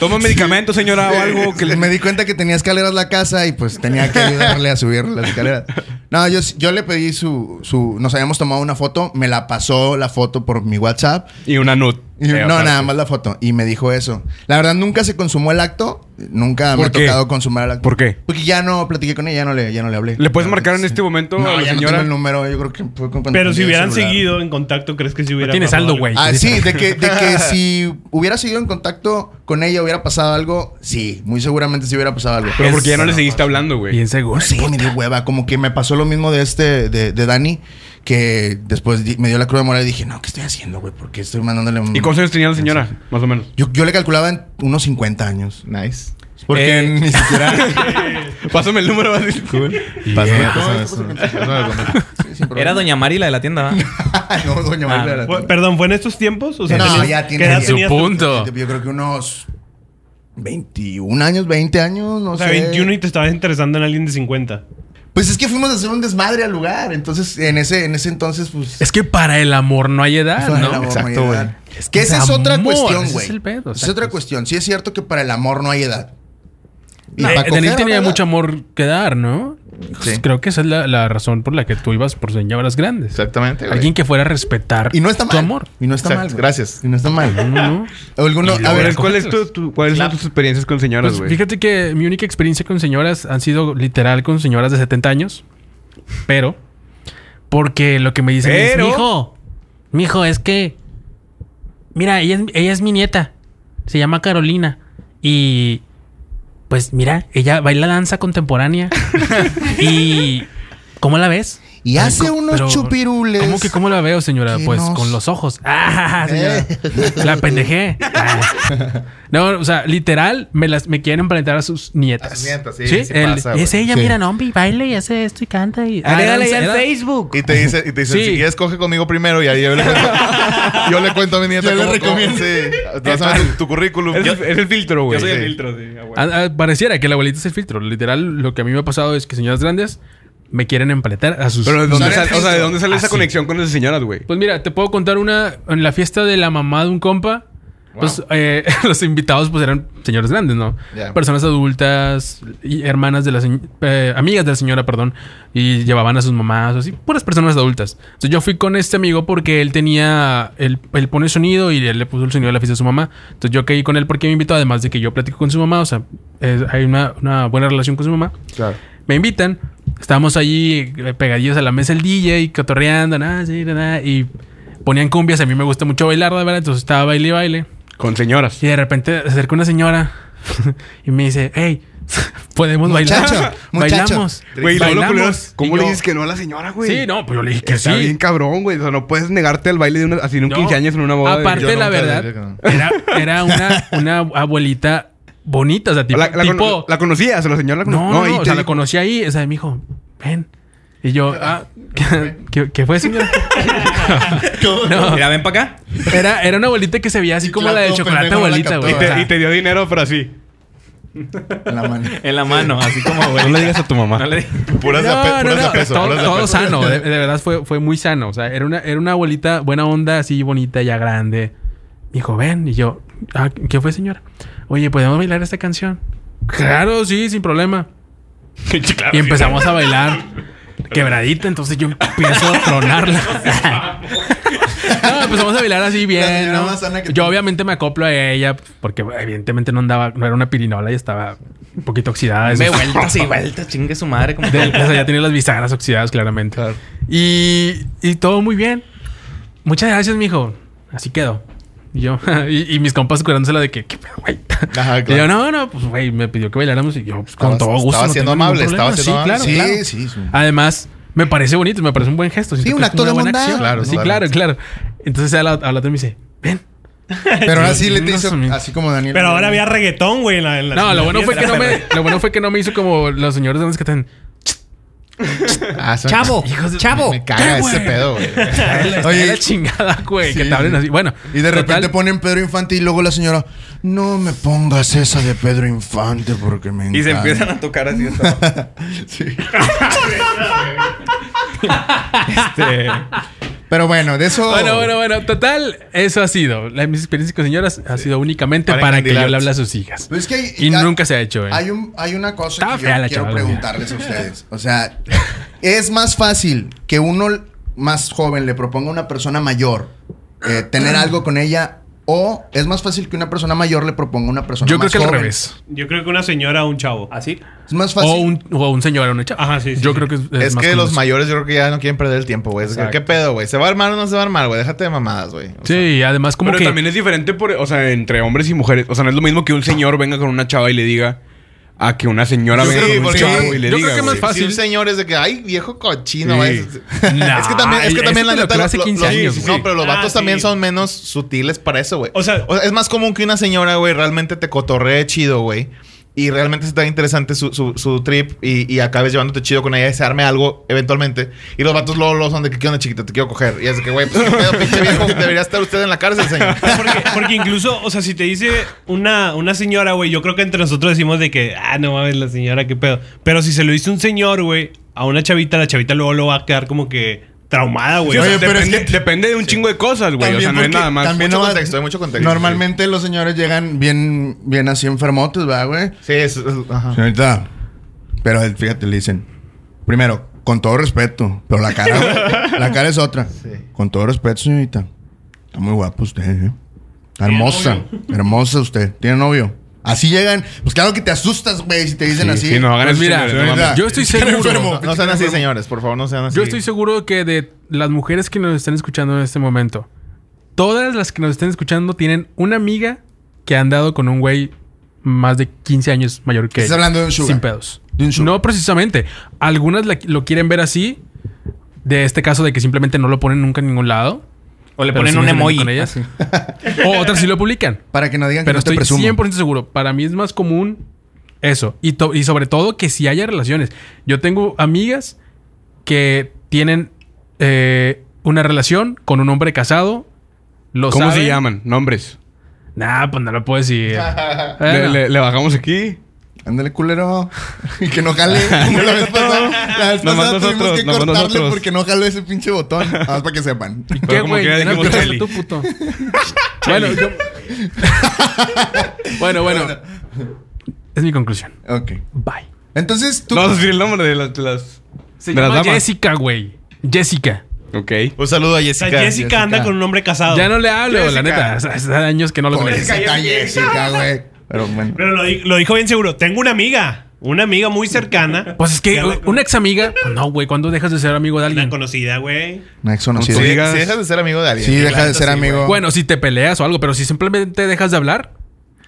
A: Toma medicamento, señora, o algo que le...
D: me di cuenta que tenía escaleras la casa y pues tenía que ayudarle a subir las escaleras. No, yo, yo le pedí su, su... Nos habíamos tomado una foto, me la pasó la foto por mi WhatsApp.
A: Y una nut. Eh,
D: Y- no, nada más la foto. Y me dijo eso. La verdad, nunca se consumó el acto. Nunca me
A: ¿Por
D: ha
A: qué?
D: tocado consumar el acto.
A: ¿Por qué?
D: Porque ya no platiqué con ella, ya no le, ya no le hablé.
A: ¿Le puedes
D: Claro
A: marcar
D: que
A: en
D: sí.
A: este momento
D: No,
A: a la
D: ya no tengo
A: señora?
D: el número. Yo creo que fue cuando
F: Pero si
D: tenía
F: hubieran
D: celular.
F: seguido en contacto, ¿crees que si hubiera.
E: tienes
F: pasado
E: algo, güey.
D: Ah,
E: Dice.
D: sí, de que, de que si hubiera seguido en contacto con ella, hubiera pasado algo. Sí, muy seguramente sí hubiera pasado algo.
A: Pero porque ya no le seguiste hablando, güey.
E: Bien
D: No
E: seguro.
D: sé, me dio hueva. Como que me pasó lo mismo de este, de, de Dani, que después di- me dio la cruda moral y dije, no, ¿qué estoy haciendo, güey? Porque estoy mandándole. un-
A: ¿Y cuántos años tenía la señora? Más o menos.
D: Yo, yo le calculaba en unos 50 años.
C: nice.
D: Porque
B: Eh,
D: ni siquiera.
A: Pásame el número. vas a decir.
C: Pásame, pásame eso. Pásame el contacto.
D: Sí, sin problema.
B: Era Doña Mari la de la tienda, ¿va?
D: no, doña Magda era-
F: Fue- Perdón, ¿fue en estos tiempos? O sea,
D: No,
F: tenías-
D: ya tiene-
F: ¿qué edad
E: En su
F: tenías tú?
E: punto.
D: Yo creo que unos 21 años, 20 años, no
F: O sea,
D: sé.
F: 21 y te estabas interesando en alguien de 50.
D: Pues es que fuimos a hacer un desmadre al lugar. Entonces, en ese, en ese entonces, pues.
E: Es que para el amor no hay edad,
D: Eso
E: ¿no?
D: del amor
C: Exacto,
D: Ah, no hay
C: güey.
D: edad.
E: Es
D: que
E: que
D: esa
E: es
D: es otra
E: amor,
D: cuestión,
E: ese
D: güey.
E: es el pedo,
D: Esa es
E: exacto.
D: otra cuestión. Sí es cierto que para el amor no hay edad. Y
E: Eh,
D: para
E: Daniel
D: coger,
E: tenía
D: ¿verdad?
E: mucho amor que dar, ¿no? Pues
D: Sí.
E: Creo que esa es la, la razón por la que tú ibas por señoras grandes.
C: Exactamente, güey.
E: Alguien que fuera a respetar
D: Y no está mal.
E: tu amor.
D: Y no está
C: Exacto,
D: mal. güey.
C: gracias.
D: Y no está mal.
E: No, no.
D: Alguno-
E: Y
D: a
E: luego
D: ver,
E: era
A: ¿Cuáles cuál es tu- tu- ¿cuáles son tus experiencias con señoras,
E: Pues,
A: güey?
E: fíjate que mi única experiencia con señoras han sido literal con señoras de 70 años. Pero, porque lo que me dicen
A: Pero-
E: es, hijo,
G: Mijo, mijo, es que. Mira, ella es, ella es mi nieta. Se llama Carolina. Y. Pues mira, ella baila danza contemporánea. y. ¿Cómo la ves?
D: Y hace
E: co-
D: unos
E: pero-
D: chupirules.
E: ¿Cómo que cómo la veo, señora?
D: que
E: Pues
D: nos-
E: con los ojos. Ah, señora.
D: Eh.
E: La pendejé. Ah. No, o sea, literal, me las me quieren presentar a sus nietas.
C: A sus nietas, sí, sí
E: El-
C: pasa, güey.
G: Es ella,
D: Sí.
G: mira, no, hombre, baila y hace esto y canta. Y...
E: Ah,
B: Agrégale
E: era-
B: ya en
E: era-
B: Facebook.
C: Y te dice, y te dice
E: Sí.
C: si quieres coge conmigo primero y ahí yo le cuento, yo le cuento a mi nieta.
D: Yo le
C: cómo- cómo-
D: recomiendo.
C: sí. Te vas a ver tu, tu currículum.
A: Es, el- es el filtro, güey.
C: yo soy el filtro.
E: Ah, ah, pareciera que la abuelita es el filtro. Literal, lo que a mí me ha pasado es que señoras grandes me quieren empletar a sus.
A: Pero ¿de dónde,
D: Son
A: sale,
D: el
A: o sea, ¿de
D: filtro. Ah,
A: dónde sale esa
E: Así.
A: conexión con esas señoras, güey?
E: Pues mira, te puedo contar una en la fiesta de la mamá de un compa. Pues, eh, los invitados pues eran señores grandes, ¿no?
C: Ya.
E: Personas adultas, y hermanas de la señ- eh, amigas de la señora, perdón, y llevaban a sus mamás, así, puras personas adultas. Entonces yo fui con este amigo porque él tenía, él, él pone sonido y él le puso el sonido de la fiesta a su mamá. Entonces yo caí con él porque me invitó, además de que yo platico con su mamá, o sea, es- hay una, una buena relación con su mamá. Me invitan. Estábamos allí eh, pegadillos a la mesa el DJ, y cotorreando, nada, sí, nada, y ponían cumbias. A mí me gusta mucho bailar, la verdad. Entonces estaba baile y baile.
A: Con señoras.
E: Y de repente se acerca una señora y me dice, hey, podemos bailar.
D: Muchacho, muchacho.
E: Bailamos.
A: Güey, y luego lo culero es,
E: bailamos.
A: ¿Cómo
E: Y
A: le
E: yo,
A: dices que no a la señora, güey?
E: Sí, no, pues yo le dije que
A: Está
E: sí.
A: bien cabrón, güey. O sea, no puedes negarte al baile de una, así en un
E: No.
A: 15 años en una boda. de-
E: Aparte,
C: Yo
E: la
C: nunca le
E: verdad,
C: diría que
E: era, era una, una abuelita bonita. O sea, tipo,
A: la, la,
E: tipo-
A: cono- la conocías, o la señora la cono-
E: No, no, no,
A: y
E: o
A: te
E: sea, la
A: dijo-
E: conocí ahí, o sea, me dijo, ven. Y yo, ah, ¿qué, qué- qué fue, señora?
F: Ah,
E: no,
B: Mira, ven para acá.
E: era, era una abuelita que se veía así como la de
D: todo
E: chocolate
D: pendejo la
E: abuelita,
D: captó.
E: güey.
A: Y
E: o
A: te,
E: sea,
A: y te dio dinero, pero así.
D: En la mano.
B: En la mano, así como, güey.
A: No le digas a tu mamá.
B: No le digas.
C: Puras de a pe-
E: No, no,
C: puras de
E: no,
C: a peso.
E: todo,
C: puras de a
E: todo
C: peso.
E: sano, eh, de, de verdad fue, fue muy sano. O sea, era una, era una abuelita buena onda, así bonita, ya grande. Me dijo, ven, y yo, ah, ¿qué fue, señora? Oye, ¿podemos bailar esta canción? Claro, sí, sin problema. y empezamos a bailar quebradita, entonces yo empiezo a tronarla. No, empezamos a bailar así
D: La
E: bien,
D: señora
E: ¿no?
D: más sana que
E: Yo
D: tú.
E: obviamente me acoplo a ella porque evidentemente no andaba, no era una pirinola y estaba un poquito oxidada.
B: Ve
E: Eso-
B: vueltas y vueltas, chingue su madre. Como
E: de- o sea, ya tenía las bisagras oxidadas, claramente. Y, y todo muy bien. Muchas gracias, mijo. Así quedó. Y yo, y, y mis compas curándosela de que, ¿qué pedo, güey?
C: Ajá,
E: Y yo,
C: claro.
E: no, no, pues, güey, me pidió que bailáramos y yo, pues, con
C: Estabas-
E: todo gusto.
C: estaba
E: no
C: siendo
E: tengo ningún
C: amable, estaba
E: problema.
C: siendo amable.
E: Sí,
D: sí,
E: claro, claro.
D: sí, sí.
E: Además, me parece bonito, me parece un buen gesto. Siento
D: un
E: que es
D: acto
E: una
D: de
E: buena
D: bondad.
E: acción.
C: Claro,
E: sí, claro,
C: claro.
E: claro. Entonces a la, a la otra me dice, ven.
D: Pero ahora sí le te
E: No,
D: hizo
E: sí.
D: así como Daniel.
F: Pero ahora había reggaetón, güey. en la- en la-
E: No,
F: en la
E: lo bueno, fue que
F: fiesta,
E: no me,
F: pero-
E: lo bueno fue que no me hizo como los señores grandes que están.
C: Ah, son-
B: Chavo,
E: Hijos de-
B: chavo.
C: Me caga ese pedo, güey.
E: Oye, la chingada, güey, que
D: Sí.
E: te hablen así. Bueno,
D: Y de repente
E: total,
D: ponen Pedro Infante y luego la señora, no me pongas esa de Pedro Infante porque me encanta.
B: Y se empiezan a tocar así. hasta abajo.
D: Sí.
F: Este,
D: Pero bueno, de eso.
E: Bueno, bueno, bueno. Total, eso ha sido. La, mis experiencias con señoras ha sido únicamente
C: Para
E: para, que yo
C: encandilarse.
E: le hable a sus hijas.
D: Pero es que hay-
E: Y
D: hay-
E: nunca se ha hecho, ¿eh?
D: Hay, un, hay una cosa
E: Estaba
D: que
E: fea
D: yo
E: la
D: quiero
E: chavala,
D: preguntarles a ustedes. O sea, es más fácil que uno l- más joven le proponga a una persona mayor eh, tener algo con ella o es más fácil que una persona mayor le proponga a una persona
E: Yo creo
D: más
E: que al
D: joven?
E: revés.
F: yo creo que una señora o un chavo.
B: Así.
D: Es más fácil.
E: O un, o un señor o una chava.
F: Ajá, sí, sí,
E: Yo
F: sí.
E: creo que es, es
C: Es,
E: más
C: que
E: común
C: los
E: eso.
C: mayores yo creo que ya no quieren perder el tiempo, güey. Es que, ¿Qué
E: Exacto.
C: pedo, güey? ¿Se va a armar o no se va a armar, güey? Déjate de mamadas, güey. O
E: Sí,
C: sea,
E: y además como
A: Pero
E: que...
A: también es diferente por, o sea, entre hombres y mujeres. O sea, no es lo mismo que un señor venga con una chava y le diga a que una señora
C: Sí,
A: venga con un
C: porque-
A: chavo y le
E: yo
A: diga.
E: creo que es más
A: güey.
E: fácil.
C: Si un señor es de que, ay, viejo cochino,
A: Sí.
C: güey.
E: Nah,
C: es que también, es que
E: eso
C: también la
E: te lo
C: neta.
E: creo
C: lo-
E: hace
C: lo-
E: 15
C: los-
E: años,
C: no,
E: güey.
C: pero los
F: Ah,
C: vatos
F: sí.
C: también son menos sutiles para eso, güey.
F: O sea-
C: es más común que una señora, güey, realmente te cotorree chido, güey. Y realmente está interesante su, su, su trip y, y acabes llevándote chido con ella y se arme algo eventualmente. Y los vatos luego, luego son de que, ¿qué onda, chiquita? Te quiero coger. Y es de que, güey, pues, ¿qué pedo, pinche viejo? Debería estar usted en la cárcel, señor.
F: Pues Porque, porque incluso, o sea, si te dice una, una señora, güey, yo creo que entre nosotros decimos de que, ah, no mames, la señora, qué pedo. Pero si se lo dice un señor, güey, a una chavita, la chavita luego lo va a quedar como que traumada, güey.
A: Sí, o sea,
D: Oye, pero
A: depende,
D: es que-
A: depende de un chingo de cosas, güey. O sea, no es nada más.
C: también- Mucho contexto, hay mucho contexto.
D: Normalmente los señores llegan bien, bien así enfermotes, ¿verdad, güey?
C: Sí, es, es- ajá.
D: Señorita, pero eh, fíjate, le dicen, primero, con todo respeto, pero la cara, güey, la cara es otra. Con todo respeto, señorita. Está muy guapa usted, ¿eh? Está hermosa, hermosa usted. ¿Tiene novio? Así llegan, pues claro que te asustas, güey, si te dicen
A: Sí,
D: así.
A: sí, no, hagan
E: Pues
A: eso,
E: mira,
A: señores, no
D: señorita,
A: mames.
E: yo estoy
D: están
E: seguro.
D: enfermos.
C: No sean así, señores, por favor, no sean
D: Ah,
C: así.
E: Yo estoy seguro que de las mujeres que nos están escuchando en este momento, todas las que nos están escuchando tienen una amiga que ha andado con un güey más de 15 años mayor que
D: Estás
E: ella.
D: hablando de un sugar.
E: Sin pedos.
D: De un sugar.
E: No precisamente. Algunas la- lo quieren ver así, de este caso de que simplemente no lo ponen nunca en ningún lado.
B: O le
E: Pero
B: ponen
E: sí
B: un
E: me salen
B: emoji.
D: Ah,
E: con ellas. O otras sí lo publican.
D: Para que no digan
E: Pero
D: que no te
E: estoy
D: presumo.
E: 100% seguro. Para mí es más común eso. Y, to- y sobre todo que si haya relaciones. Yo tengo amigas que tienen eh, una relación con un hombre casado. Lo
A: ¿Cómo
E: saben.
A: se llaman? Nombres.
E: Nah, pues no lo puedo decir.
A: Le,
E: Bueno,
A: le- le bajamos aquí.
D: Ándale, culero. Y que no jale. Como la vez pasada. La vez
A: Nomás
D: pasada tuvimos
A: nosotros,
D: que
A: nomás
D: cortarle
A: nosotros.
D: porque no jaló ese pinche botón. Nada más para que sepan.
E: ¿Qué,
A: Pero como
E: güey?
A: que ya
E: Ya no
A: dijimos
E: escuchaste
A: Cheli.
E: tú, puto. bueno, yo- bueno, bueno. Es mi conclusión.
D: Ok.
E: Bye.
D: Entonces tú.
A: No vas a decir el nombre de las. de las-
E: Se
A: de las
E: llama
A: damas.
E: Jessica, güey. Jessica.
A: Ok.
C: Un saludo a
F: O sea,
C: Jessica.
F: Jessica, anda con un hombre
A: Oh.
F: casado.
E: Ya no le hablo, la neta. Hace hace años que no lo conozco.
D: Pobrecita Jessica, güey. Pero bueno.
F: Pero lo, di- lo dijo bien seguro. Tengo una amiga. Una amiga muy cercana.
E: Pues es que
F: Ya la-
E: una ex amiga. pues no, güey, ¿cuándo dejas de ser amigo de
F: Una
E: alguien?
F: conocida, güey.
D: Una ex
A: Sí,
D: conocida.
C: Si,
A: Sí,
C: de-
A: digas-
C: si dejas de ser amigo de alguien.
D: Sí, deja de
F: neta,
D: ser
F: sí,
D: amigo.
E: Bueno, si te peleas o algo, pero si simplemente dejas de hablar,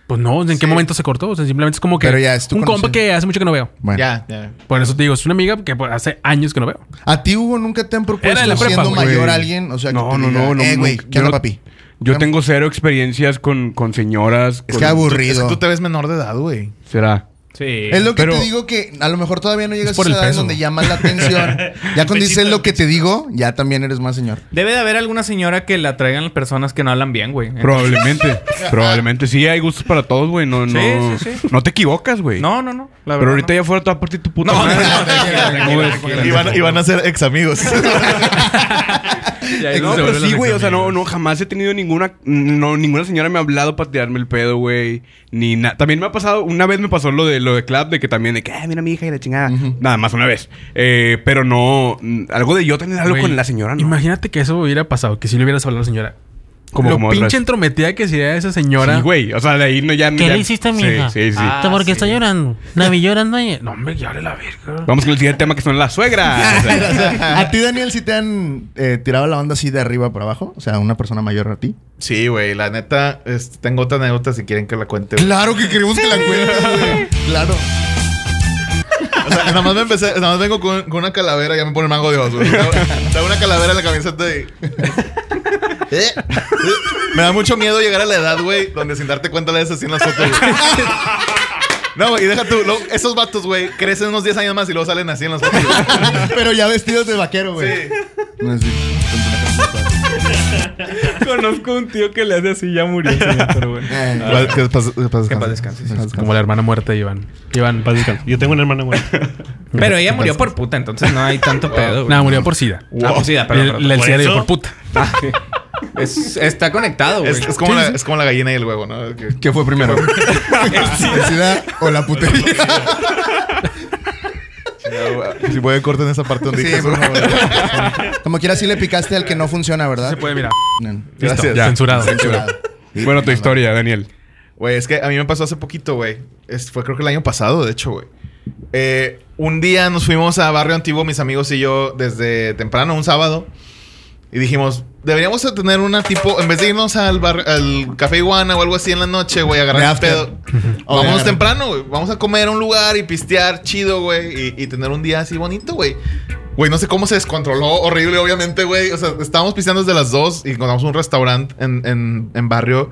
E: pues no, ¿en qué momento se cortó? O sea, simplemente es como que
D: Pero ya, es tu
E: un compa
D: conocido.
E: que hace mucho que no veo.
D: Bueno.
C: Ya, ya.
E: Por eso te digo, es una amiga que pues, hace años que no veo.
D: A ti, Hugo, nunca te han
E: Era
D: propuesto
E: de la prepa,
D: siendo
E: güey.
D: mayor a alguien. O sea, que
A: No,
D: te
A: no,
D: diga,
A: no, no,
D: Eh, güey,
A: nunca.
D: ¿qué onda,
A: Yo-
D: papi?
A: Yo tengo cero experiencias con, con señoras.
D: Es
A: con-
D: que aburrido.
C: Es que tú te ves menor de edad, güey.
A: Será.
B: Sí.
D: Es lo que
A: Pero-
D: te digo que a lo mejor todavía no llegas
E: por
D: a
E: el
D: esa edad en
E: peso.
D: donde llamas la atención. ya cuando dices lo que te digo, ya también eres más señor.
B: Debe de haber alguna señora que la traigan las personas que no hablan bien, güey.
A: Probablemente. probablemente. Sí, hay gustos para todos, güey. No,
B: Sí,
A: no,
B: sí, sí.
A: no te equivocas, güey.
B: No, no, no.
A: Pero
B: La verdad
A: ahorita
B: no.
A: ya fuera toda parte de tu puta
B: No,
A: madre.
B: no,
A: ¿Cómo ves?
C: Y van, y van a ser ex amigos.
E: ahí
A: No,
E: se
A: pero
E: vuelven
A: pues sí,
E: las
A: güey. O sea, no,
E: amigas.
A: no, jamás he tenido ninguna. No, ninguna señora me ha hablado para tirarme el pedo, güey. Ni nada. También me ha pasado. Una vez me pasó lo de lo de Clap, de que también, de que, ah, mira mi hija y la chingada. Nada más una vez. Eh, pero no. mm, Algo de yo tener algo
E: Güey,
A: con la señora, ¿no?
E: Imagínate que eso hubiera pasado, que si le hubieras hablado a la señora.
A: Como-
E: Lo
A: como otras.
E: pinche entrometida que sería esa señora.
A: Sí, güey. O sea, de ahí no ya.
G: ¿Qué
A: ya-
G: le hiciste a mi
A: sí,
G: hija?
A: Sí, sí.
B: Ah,
G: porque
B: sí.
G: está llorando. La vi llorando ayer. No, hombre, que hable la verga.
A: Vamos con el siguiente tema que son las suegras. O sea,
D: ¿A ti, Daniel, si te han eh, tirado la onda así de arriba para abajo? O sea, una persona mayor a ti.
C: sí, güey. La neta, este, tengo otra anécdota si quieren que la cuente. güey.
D: Claro que queremos que la cuentes, güey. Claro.
C: O sea, nada más me empecé, nada más vengo con, con una calavera, ya me pone mango de oso. güey. Traigo- Traigo una calavera en la camiseta y. Eh, Me da mucho miedo llegar a la edad, güey, donde sin darte cuenta le des así en las fotos. güey. No, güey, y deja tú. luego esos vatos, güey, crecen unos 10 años más y luego salen así en las fotos. güey.
D: Pero ya vestidos de vaquero, güey. No, sí.
B: Conozco un tío que le hace así, ya murió. señor, pero bueno. Ah.
D: Eh,
C: Que paz- que paz
B: Que
C: descanse.
B: paz descanse, sí.
C: Paz descanse.
E: Como la hermana muerta de Iván. Iván.
F: Paz descanse. Yo tengo una hermana buena.
B: Pero ella murió por puta, entonces no hay tanto pedo. güey.
E: No, murió por SIDA.
B: Ah, pues sí, da,
E: El-
B: perdón, perdón.
E: la el
F: ¿Por
E: SIDA dio
F: eso?
E: por puta.
B: Ah, sí. Es- está conectado, güey.
C: Es, es como la, es como la gallina y el huevo, ¿no? Que-
D: ¿Qué fue primero? ¿El SIDA o la putería?
C: si puede corten esa parte donde
D: Sí,
C: dije eso.
D: por favor. Como quiera, sí le picaste al que no funciona, ¿verdad?
E: Se puede mirar.
C: Gracias.
A: ya.
E: Censurado.
D: Censurado.
A: Bueno, tu historia, Daniel.
C: Güey, es que a mí me pasó hace poquito, güey. Es- Fue creo que el año pasado, de hecho, güey. Eh, un día nos fuimos a Barrio Antiguo, mis amigos y yo, desde temprano, un sábado. Y dijimos, deberíamos de tener una tipo... En vez de irnos al, bar- al Café Iguana o algo así en la noche, güey,
D: De
C: agarrar el
D: after.
C: pedo.
D: O de
C: Vamos
D: agarrar-
C: temprano, güey. Vamos a comer a un lugar y pistear chido, güey. Y, y tener un día así bonito, güey. Güey, no sé cómo se descontroló. Horrible, obviamente, güey. O sea, estábamos pisteando desde las dos y encontramos un restaurante en, en, en barrio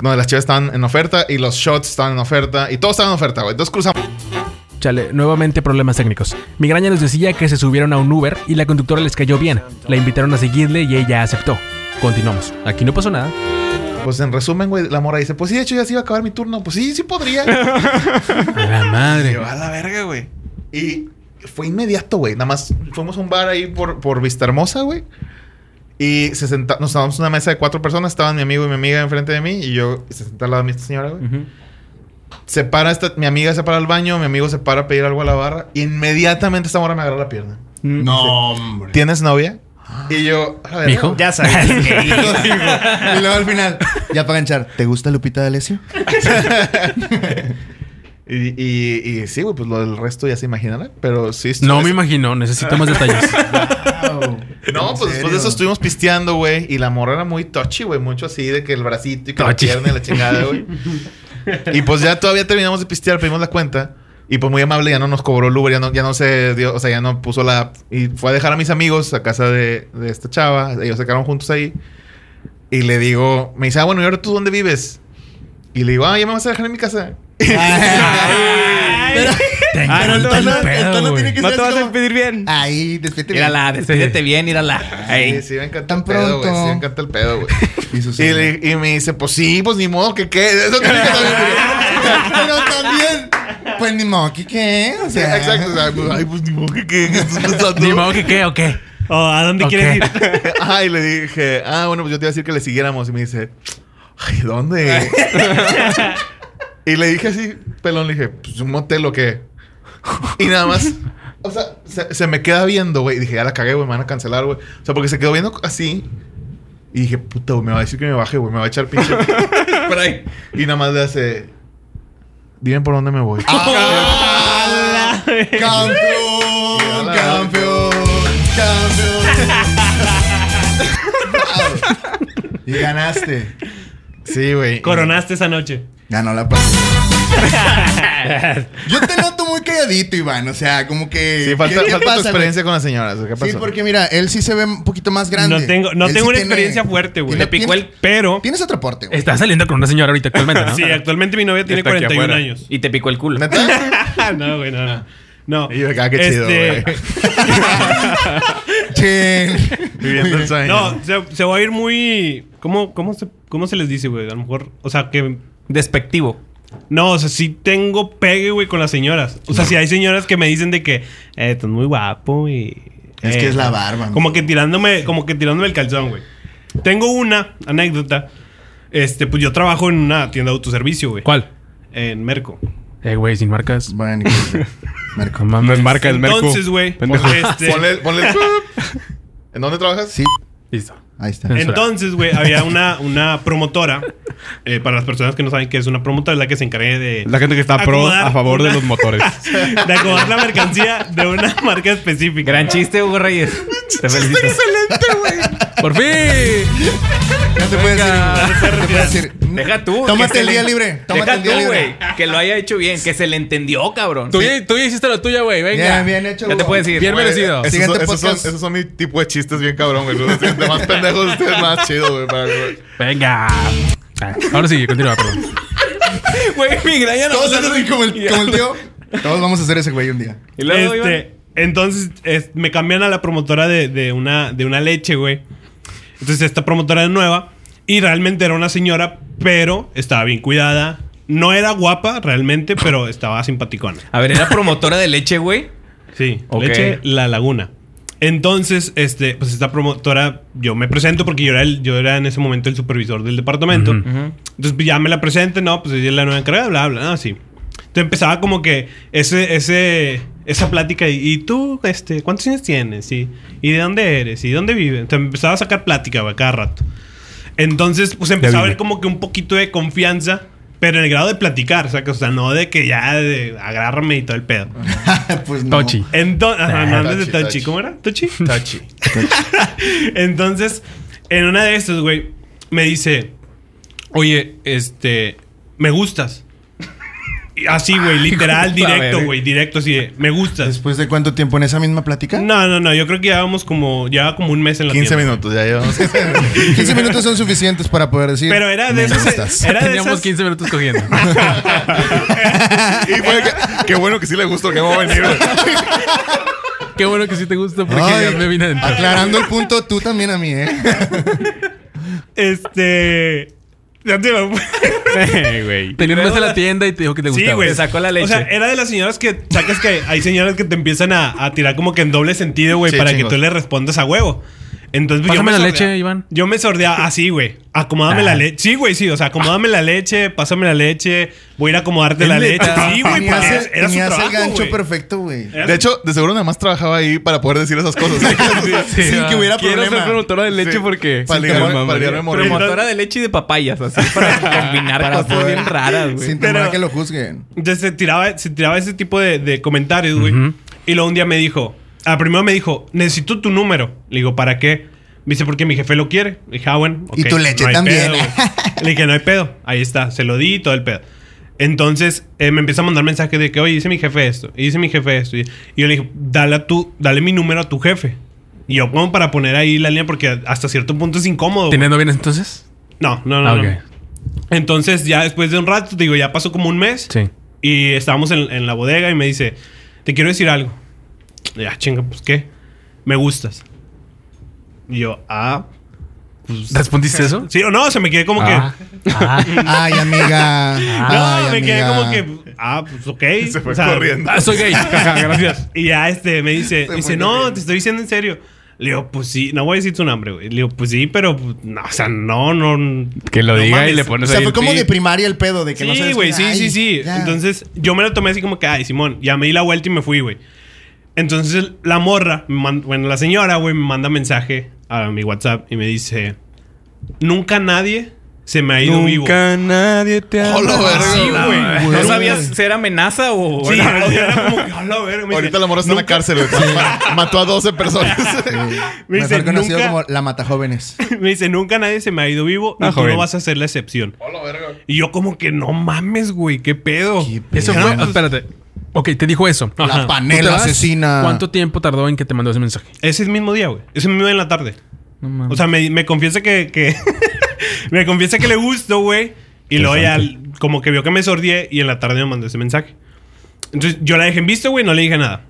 C: donde las chivas estaban en oferta y los shots estaban en oferta y todo estaba en oferta, güey. Entonces cruzamos.
E: Chale, nuevamente problemas técnicos. Migraña les decía que se subieron a un Uber y la conductora les cayó bien. La invitaron a seguirle y ella aceptó. Continuamos. Aquí no pasó nada.
C: Pues en resumen, güey, la mora dice: Pues sí, de hecho ya se iba a acabar mi turno. Pues sí, sí podría.
E: A la madre.
C: a la verga, güey. Y fue inmediato, güey. Nada más fuimos a un bar ahí por, por Vista Hermosa, güey. Y se senta, nos sentamos en una mesa de cuatro personas. Estaban mi amigo y mi amiga enfrente de mí. Y yo y se sentó al lado de mí esta señora, güey.
B: Ujú.
C: Se para esta, mi amiga se para al baño. Mi amigo se para a pedir algo a la barra. Y inmediatamente esta mora me agarra la pierna.
D: No, hombre.
C: ¿Tienes novia? Y yo, a la verga,
E: Mijo.
C: güey.
B: Ya sabes.
D: Y luego al final, ya para enganchar, ¿te gusta Lupita D'Alessio?
C: Y, y, y sí, güey, pues lo del resto ya se imaginarán. Pero sí. estuvo-
E: No me imagino, necesito más detalles.
C: No, pues después de eso estuvimos pisteando, güey. Y la morra era muy touchy, güey. Mucho así de que el bracito y que
E: Touchy.
C: la pierna y la chingada, güey. y pues ya todavía terminamos de pistear, pedimos la cuenta. Y pues muy amable, ya no nos cobró el Uber, ya no, ya no se dio, o sea, ya no puso la. Y fue a dejar a mis amigos a casa de, de esta chava. Ellos se quedaron juntos ahí. Y le digo, me dice, ah, bueno, ¿y ahora tú dónde vives? Y le digo, ah, ya me vas a dejar en mi casa.
D: Pero,
E: Te
B: Ah,
D: pero el
E: encanta el
D: tono- el
E: pedo,
D: tono
E: güey.
D: tiene que
B: No
D: ser
B: te
D: así
B: vas a
D: como,
B: despedir bien.
D: Ay, despídete. bien".
B: Mírala, despídete bien, mírala.
C: Sí,
B: Ey.
C: sí, me encanta
D: Tan
C: el pedo, güey. Sí,
D: pronto.
C: me encanta el pedo, güey.
D: Y sus-
C: Y, le- y me dice, pues sí, pues ni modo que qué. Eso tiene que saber, güey.
D: Pero también, pues ni modo, ¿qué qué? O
C: Sí,
D: sea,
C: exacto. o sea, pues, ay, pues ni modo que qué. ¿qué estás pensando?
E: Ni modo que qué o qué.
F: Oh, ¿A dónde
E: Ok.
F: quieres ir?
C: Ay, le dije, ah, bueno, pues yo te iba a decir que le siguiéramos. Y me dice, ay, ¿dónde? y le dije así, pelón, le dije, pues un motel o qué. Y nada más. O sea, se, se me queda viendo, güey. Y dije, ya la cagué, güey, me van a cancelar, güey. O sea, porque se quedó viendo así. Y dije, puta, güey, me va a decir que me baje, güey, me va a echar pinche.
B: Por ahí.
C: y nada más le hace, dime por dónde me voy.
D: ¡Ah! ¡Campeón! ¡Campeón! ¡Campeón! Wow. Y ganaste.
C: Sí, güey.
F: Coronaste esa noche.
D: Ganó la partida. Yo te noto muy calladito, Iván. O sea, como que.
C: Sí, falta,
D: ¿qué- qué
C: falta
D: pasa,
C: tu experiencia con las señoras. ¿Qué
D: güey?
C: pasó?
D: Sí, porque mira, él sí se ve un poquito más grande.
F: No tengo, no
D: Él
F: tengo
D: sí
F: una
D: tiene-
F: experiencia fuerte, güey.
D: tiene-
F: Me picó el pero.
D: Tienes otro porte, güey.
E: Está saliendo con una señora ahorita actualmente, ¿no?
F: Sí, actualmente mi novia tiene
A: Está aquí
F: 41
A: afuera.
F: años.
B: Y te picó el culo.
F: no, güey, no, no. No. este,
C: Y yo, ah, qué chido, güey.
F: Este
D: Chin.
C: Viviendo el sueño.
F: No, se, se va a ir muy. ¿Cómo, cómo, se, ¿Cómo se les dice, güey? A lo mejor. O sea, que.
B: Despectivo.
F: No, o sea, sí tengo pegue, güey, con las señoras. O sea, si hay señoras que me dicen de que. Eh, estás muy guapo y.
D: Es
F: eh,
D: que es la barba,
F: Como
D: amigo.
F: que tirándome, como que tirándome el calzón, güey. Tengo una anécdota. Este, pues yo trabajo en una tienda de autoservicio, güey.
E: ¿Cuál?
F: En Merco.
E: Eh, güey, sin marcas.
D: Bueno, ni que- Marco.
E: No mames.
A: No es marca, es Merco.
F: Entonces, güey.
A: Pendejo.
F: este-
C: Ponle, ponle el ¿En dónde trabajas?
D: Sí,
E: Listo.
D: ahí está.
E: Eh, Censurado.
F: Entonces, güey, había una, una promotora. eh, para las personas que no saben qué es una promotora, es la que se encarga de.
A: La gente que está pro
F: acomodar
A: a favor de
F: una-
A: los motores.
F: de acomodar la mercancía de una marca específica.
B: Gran chiste, Hugo Reyes. Te felicito.
E: ¡Por fin!
D: No te puedes ir. No te puedes ir.
B: Deja tú. que
D: Tómate
B: se
D: el
B: le-
D: día libre. Tómate
B: Deja
D: el día
B: tú,
D: libre.
B: güey. Que lo haya hecho bien. Que se le entendió, cabrón.
E: Tú,
B: Sí.
E: ya, tú ya hiciste lo tuya, güey. Venga.
D: Bien, bien hecho.
B: Ya te
D: Hugo.
B: puedes ir.
E: Bien merecido.
C: Esos,
D: Siguiente
C: son, esos, son,
D: podcast.
C: esos son mi tipo de chistes bien cabrón, güey. Los de más pendejos, ustedes más chido, güey. para- güey.
E: Venga. Ah, ahora sí, continúa, perdón.
B: Güey, migraña no.
D: Todos hacen como el, como el tío. Todos vamos a hacer ese güey un día.
B: Y luego,
F: Este,
B: Iván,
F: entonces es- me cambian a la promotora de, de una, de una leche, güey. Entonces esta promotora era nueva y realmente era una señora, pero estaba bien cuidada. No era guapa realmente, pero estaba simpaticona.
B: A ver, era promotora de leche, güey.
F: Sí,
B: Ok.
F: leche La Laguna. Entonces, este, pues esta promotora, yo me presento porque yo era, el- yo era en ese momento el supervisor del departamento. Entonces pues, ya me la presento, no, pues ella es la nueva encargada, bla, bla, no, sí. Entonces empezaba como que ese, ese, esa plática y, y tú, este, ¿cuántos años tienes? ¿Y, ¿Y de dónde eres? ¿Y dónde vives? Entonces empezaba a sacar plática, güey, cada rato. Entonces, pues empezó a
A: vine.
F: haber como que un poquito de confianza, pero en el grado de platicar, o sea, que, o sea, no de que ya de, agárrame y todo el pedo.
D: pues no.
E: Tochi.
F: Entonces, ajá, no, antes de
C: Tachi,
F: Tachi,
C: Tachi.
F: ¿cómo era? ¿Tachi?
C: Tachi.
F: Entonces, en una de estas, güey, me dice, oye, este, me gustas. Y Así, güey, literal,
B: puta
F: directo,
B: verga.
F: güey, directo, así de, me gustas.
D: ¿Después de cuánto tiempo en esa misma plática?
F: No, no, no, yo creo que llevábamos como, llevaba como un mes en la
C: 15
F: tienda.
C: minutos, ya llevamos.
D: 15 minutos son suficientes para poder decir.
F: Pero era de
D: "Me
F: esas.
D: gustas".
F: Era de
E: Teníamos
F: esas.
E: 15 minutos cogiendo.
C: y fue que, qué bueno que sí le gustó, que va a venir.
E: Qué bueno que sí te gusta porque
D: Ay,
E: ya me vine adentro.
D: aclarando el punto, tú también a mí, ¿eh?
F: Este. ya te iba-
E: Tenía un mes en la tienda y te dijo que te
F: Sí,
E: gustaba.
F: güey.
B: Te sacó la leche.
F: O sea, era de las señoras que sacas que hay señoras que te empiezan a, a tirar como que en doble sentido, güey,
C: Sí,
F: para
C: chingos.
F: que tú le respondas a huevo. Entonces, pues,
E: Pásame la
F: sordea-
E: leche, Iván. Ah.
F: Yo me sordeaba así, güey. Acomódame la leche. Sí, güey, sí. O sea, acomódame la leche, pásame la leche. Voy a ir a acomodarte la leche. Sí, güey,
D: Tenías-
F: porque era- era su
D: tenías
F: trabajo,
D: el gancho
F: güey.
D: perfecto, güey.
C: De
F: Era su-
C: hecho, de seguro nada más trabajaba ahí para poder decir esas cosas.
D: Sin que hubiera
A: Quiero
D: problema.
A: ser promotora de leche
C: Sí.
A: porque...
C: Para
A: Sí,
C: ligarme-
A: mamá,
C: para
A: güey.
C: ligarme morir.
B: Promotora de leche y de papayas, así, para combinar
D: Para
B: cosas
D: poder-
B: bien raras, güey.
D: Sin temor
F: Pero-
D: a que lo juzguen.
F: Entonces se tiraba, se tiraba ese tipo de, de comentarios, güey. Y luego un día me dijo, ah, primero me dijo, necesito tu número. Le digo, ¿para qué? Me dice, porque mi jefe lo quiere. Le dije, ah, bueno.
D: Y
F: ok,
D: tu leche
F: no hay
D: también.
F: pedo, güey. Le dije, no hay pedo. Ahí está, se lo di y todo el pedo. Entonces eh, me empieza a mandar mensajes de que, oye, dice mi jefe esto, y dice mi jefe esto. Y y yo le dije, dale, a tu, dale mi número a tu jefe. Y yo pongo para poner ahí la línea porque hasta cierto punto es incómodo. güey.
E: ¿Tenías novias entonces?
F: No, no, no,
E: Ah,
F: no.
E: ok.
F: Entonces ya después de un rato, te digo, ya pasó como un mes.
E: Sí.
F: Y estábamos en, en la bodega y me dice, te quiero decir algo. Ya, chinga, pues qué. Me gustas. Y yo, ah.
E: ¿Respondiste eso?
F: Sí o no, se me quedé como
E: Ah.
F: que...
D: Ay, amiga.
F: No,
D: Ay,
F: me quedé
D: amiga.
F: como que... Ah, pues ok.
C: Se fue
F: o sea,
C: corriendo.
E: Ah, soy gay.
F: Gracias. Y ya este me dice,
D: fue
F: dice,
D: muy
F: no,
D: bien".
F: te estoy diciendo en serio. Le digo, pues sí, no voy a decir tu nombre, güey. Le digo, pues sí, pero, pues, no, o sea, no, no.
A: Que lo
F: no
A: diga y
F: mames".
A: le pones
D: O sea,
A: ahí
D: fue
A: el
D: como
A: pi.
D: de primaria el pedo, de que no
F: sí,
D: sabes
F: güey,
D: quién-
F: sí, sí,
D: Ay,
F: sí.
D: ya.
F: Entonces, yo me lo tomé así como que, ay, Simón, ya me di la vuelta y me fui, güey. Entonces, la morra, me man- bueno, la señora, güey, me manda mensaje a mi WhatsApp y me dice: Nunca nadie se me ha ido vivo.
A: Nunca nadie te ha...
C: Hola, verga.
F: Sí, güey.
B: No sabías ser amenaza o.
F: Sí,
B: Era-
F: era como que, "A la verga", me
C: Ahorita
F: dice,
C: la morra está en la
F: "Nunca-
C: cárcel, güey. Ma- Mató a 12 personas.
F: Me dice,
D: Mejor conocido
F: nunca,
D: como la mata jóvenes.
F: me dice, nunca nadie se me ha ido vivo
A: Ah,
F: y tú
A: joven.
F: no vas a ser la excepción. Y yo como que, no mames, güey, qué pedo.
E: Eso
F: Ya,
E: fue.
F: pues,
E: Espérate. Ok, te dijo eso.
D: La
E: ¿Tú
D: panela
E: te vas?
D: asesina.
E: ¿Cuánto tiempo tardó en que te mandó ese mensaje?
F: Ese mismo día, güey. Ese mismo día en la tarde.
E: No mames.
F: O sea, me, me confiesa que. que me confiesa que le gustó, güey. Y luego ya, como que vio que me sordié y en la tarde me mandó ese mensaje. Entonces yo la dejé en visto, güey, no le dije nada.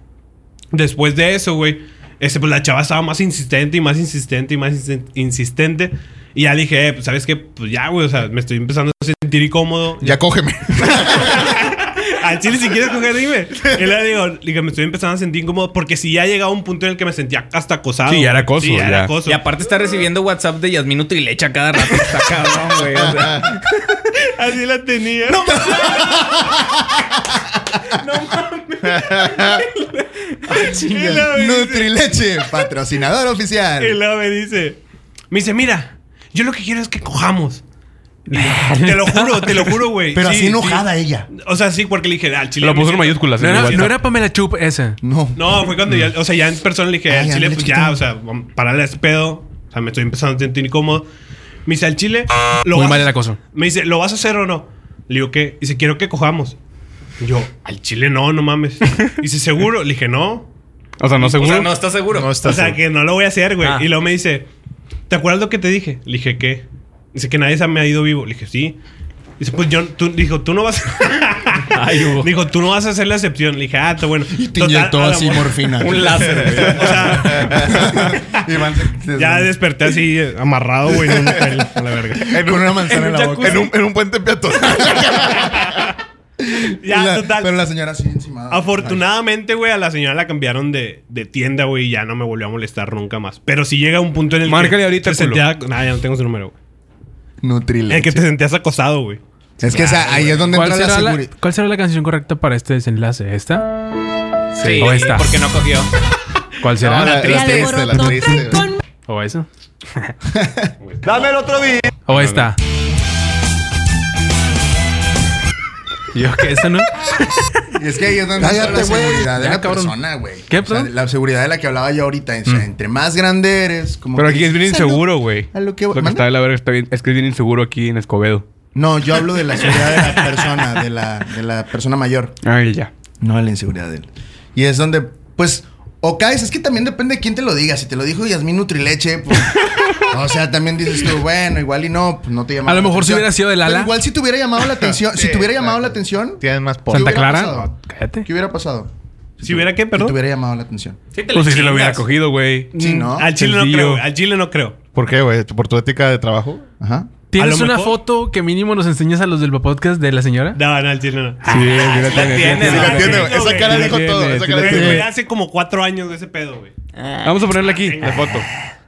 F: Después de eso, güey, este, pues la chava estaba más insistente y más insistente y más insi- insistente. Y ya le dije, eh, pues sabes qué, pues ya, güey, o sea, me estoy empezando a sentir incómodo.
C: Ya cógeme.
F: Al chile, si quieres coger, dime. Y le digo, le digo, me estoy empezando a sentir incómodo porque si ya llegaba un punto en el que me sentía hasta acosado.
A: Sí, ya era acoso,
F: Sí, ya era
A: ya.
F: acoso.
B: Y aparte está recibiendo WhatsApp de Yasmín Utrilecha cada rato. Está cabrón, güey. o sea.
F: Así la tenía. No mames.
A: Ah,
F: Y luego me dice-
D: Nutrileche, patrocinador oficial.
F: y luego me dice. Me dice, mira, yo lo que quiero es que cojamos. Y yo, te lo juro, te lo juro, güey.
D: Pero
F: Sí,
D: así enojada
F: sí.
D: ella.
F: O sea, sí, porque le dije, al chile.
A: Lo
F: me
A: puso en
F: siento-
A: mayúsculas.
E: No
A: en
E: era,
A: el
E: no
A: WhatsApp.
E: era Pamela Chup esa.
D: No.
F: No, fue cuando ya, o sea, ya en persona le dije,
D: Ay,
F: al chile,
D: ándale,
F: pues
D: chiquito.
F: ya, o sea, vamos, parale a este pedo. O sea, me estoy empezando a sentir incómodo. Me dice, al chile. Lo
E: Muy
F: vas-
E: mal el acoso.
F: Me dice, ¿lo vas a hacer o no? Le digo, ¿qué? Dice, quiero que cojamos. Y yo, al chile no, no mames. Dice, ¿seguro? Le dije, no.
A: O sea, no
B: O
A: seguro.
B: sea, no estás seguro.
C: No está
F: O sea, que no lo voy a hacer, güey.
B: Ah.
F: Y luego me dice, ¿te acuerdas lo que te dije? Le dije, ¿qué? Dice que nadie se me ha ido vivo. Le dije, sí. Dice, pues yo, tú, dijo, tú no vas.
E: Ay, Hugo.
F: Dijo, tú no vas a hacer la excepción. Le dije, ah, está bueno.
D: Y te
F: Total,
D: inyectó
F: a la
D: así
F: mo-
D: morfina.
B: Un láser. güey.
F: O sea,
D: Y van-
F: ya desperté así eh, amarrado, güey, en un hotel, a la verga.
D: con una manzana en, la boca.
C: En un, en un puente peatonal.
F: Ya,
D: Y la-
F: total.
D: Pero la señora así encima.
F: Afortunadamente, güey, a la señora la cambiaron de, de tienda, güey, y ya no me volvió a molestar nunca más. Pero si llega un punto en el
A: Márcale
F: que
A: ahorita,
F: te
A: culo.
F: sentías... Nah, ya no tengo su número, güey. En
D: Nutrileche.
F: el Eh, que te sentías acosado, güey.
D: Es que esa- ahí es donde
E: ¿Cuál
D: entra la
E: será, la,
C: Ah,
D: seguridad.
E: cuál será la canción correcta para este desenlace? ¿Esta?
B: Sí,
E: ¿O esta?
B: porque no cogió.
E: ¿Cuál será?
D: Ah,
C: No, la, la triste, la triste. güey.
E: ¿O eso? Dame el otro día. ¿O esta? Yo que esa no.
D: Y es que ahí es donde entra la
E: Cállate, güey.
D: seguridad de
E: Ya,
D: la
E: cabrón.
D: persona, güey.
E: ¿Qué,
D: O sea,
E: perdón? Mm.
D: la seguridad de la que hablaba yo ahorita. o sea, entre más grande eres, como.
A: Pero
D: que
A: aquí es bien
D: dices, "Ay, no".
A: inseguro, güey.
D: a lo que-
A: Lo que
D: ¿Mande?
A: está de la verga está bien. Es que es bien inseguro aquí en Escobedo.
D: No, yo hablo de la seguridad de la persona, de la, de la persona mayor.
A: Ay, ya.
D: No de la inseguridad de él. Y es donde, pues, o caes, es que también depende de quién te lo diga. Si te lo dijo Yasmín Nutrileche, pues. o sea, también dices tú, bueno, igual y no, pues no te llamaba.
E: A lo
D: la
E: mejor si
D: atención.
E: hubiera sido de Lala.
D: Pero igual si te hubiera llamado la atención, si te hubiera llamado la atención,
C: Tienes más por.
E: ¿Santa
D: hubiera
E: Clara?
D: pasado?
E: No, cállate.
D: ¿qué hubiera pasado?
F: Si hubiera qué,
D: Si te
F: perdón. Mm,
D: hubiera llamado la atención.
A: Pues si se lo hubiera
B: chingas.
A: cogido, güey.
D: Sí, ¿no?
F: Al chile no
A: Sencillo.
F: creo, güey. Al chile no creo.
C: ¿Por qué, güey? ¿Por tu ética de trabajo?
D: Ajá.
E: ¿Tienes
F: lo
E: una
F: mejor-
E: foto que mínimo nos enseñas a los del podcast de la señora?
F: No, no, al chile no.
E: Ah,
A: Sí, sí la tiene, sí
B: tiene,
A: la
B: la
A: tiene.
B: tiene.
C: güey. Esa cara dijo
A: tiene,
C: todo.
A: sí
C: Esa cara
A: la
C: dijo
F: Güey,
A: tiene.
C: todo.
F: hace como cuatro años de ese pedo, güey.
A: Vamos a ponerle aquí, la foto.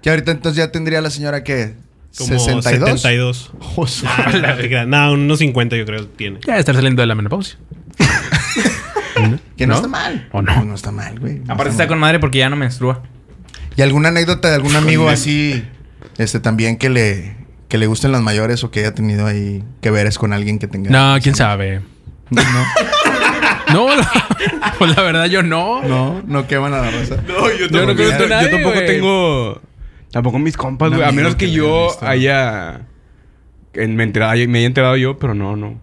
D: Que ahorita entonces ya tendría la señora que.
F: Como
D: 62.
F: 72.
D: Oh, su-
F: Ah, no, no te creas. No, unos 50 yo creo tiene.
E: Ya estar saliendo de la menopausia.
D: Que no,
E: ¿No?
D: está mal.
E: ¿O no?
D: Pues No está mal, güey. No está
B: Aparte está
D: mal.
B: con madre porque ya no menstrua.
D: ¿Y alguna anécdota de algún amigo así, este también que le, que le gusten las mayores o que haya tenido ahí que veres con alguien que tenga.
E: No, quién sabe.
D: No,
E: No, la, pues la verdad yo no.
D: no, no queman a la raza. No, yo
A: Yo, no creo que
E: Yo
A: yo tampoco
E: güey.
A: tengo. Tampoco mis compas,
D: Un
A: güey. A
D: amigo
A: menos que,
D: que le haya
A: yo
D: visto.
A: haya. que me, enterado- me haya enterado yo, pero no, no.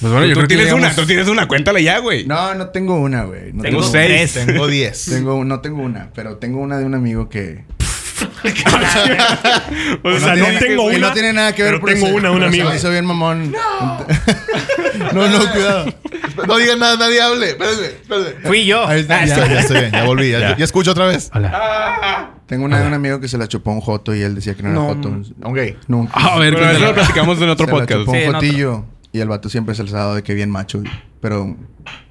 E: Pues bueno, yo
A: tú
E: creo que
A: tienes
E: digamos-
A: una, tú tienes una, cuéntala ya, güey.
D: No, no tengo una, güey. No
B: Tengo
D: una.
B: seis.
C: Tengo 10.
D: Tengo, no tengo una, pero tengo una de un amigo que.
F: Pues, O sea, no,
D: tiene-
F: tengo
D: que
F: una.
D: no tiene nada que ver
F: pero tengo
D: eso.
F: una, un
D: Pero se me
F: amigo.
D: hizo bien mamón. No, no, cuidado.
C: No digan nada, nadie hable. Espérenme, espérenme.
B: Fui yo.
D: Ahí está,
B: Ah,
C: Ya,
D: ya.
C: ya estoy bien, ya volví. Ya, ya escucho otra vez.
E: Hola.
D: Tengo una de un amigo que se la chupó un joto y él decía que no era joto.
C: Ok.
D: Nunca.
E: Ah, A ver,
A: Pero eso lo
E: cuéntala.
A: platicamos en Ah, otro
D: se la
A: podcast.
D: chupó un
B: Sí, en otro.
D: jotillo. Y el vato siempre se el dado de que bien macho. y- Pero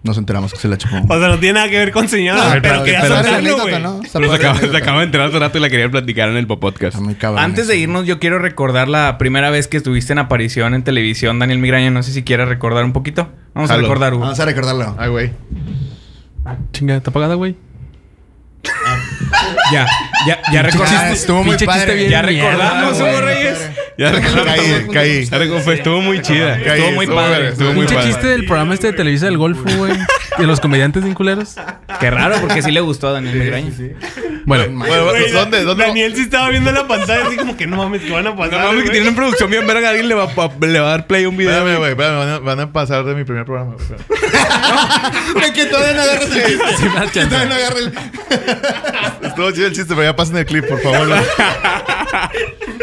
D: nos enteramos que se la chupó. Ah,
F: O sea, no tiene nada que ver con señora, pero quería
D: pero esa
F: sacarlo,
D: anécdota,
F: güey.
D: ¿no? Esa
A: Pero se
D: parte
A: acaba,
D: anécdota.
A: se acaba de enterar hace rato y la quería platicar en el podcast.
D: Está muy cabrón
B: Antes de
D: eso.
B: irnos, yo quiero recordar la primera vez que estuviste en aparición en televisión, Daniel Migraña. No sé si quieres recordar un poquito. Vamos a
C: Jalo.
B: recordar, Hugo.
D: Vamos a recordarlo.
C: Ay, güey.
E: Chinga, ¿está apagada, güey?
B: Ya, ya, ya
D: Ah,
B: recordaste.
D: estuvo muy
E: Pinche chiste
D: padre.
E: bien
B: Ya
E: mierda,
B: recordamos,
E: güey.
B: Hugo Reyes.
A: Ya
C: Caí, caí.
A: Ya recuerdo, fue- estuvo muy chida.
C: Caí,
B: Estuvo muy padre,
C: verga,
B: estuvo
E: Pinche
B: padre.
E: chiste del programa este de Televisa del Golfo, güey. De los comediantes sin culeros.
B: Qué raro, porque sí le gustó a Daniel Migraña.
E: Bueno,
C: Bueno,
F: Güey,
C: ¿dónde? ¿Dónde?
F: Daniel sí estaba viendo la pantalla así como que no mames, que van a pasar.
A: No mames, que
F: güey?
A: tienen producción bien verga. Alguien le va, pa- le va a dar play a un video.
C: Espérame, güey. Espérame, van a- van a pasar de mi primer programa. güey.
D: Me que todavía no agarras el chiste.
E: sin más
D: Que todavía no
E: chance.
D: agarras el-
C: Estuvo chido el chiste, pero ya pasen el clip, por favor. güey.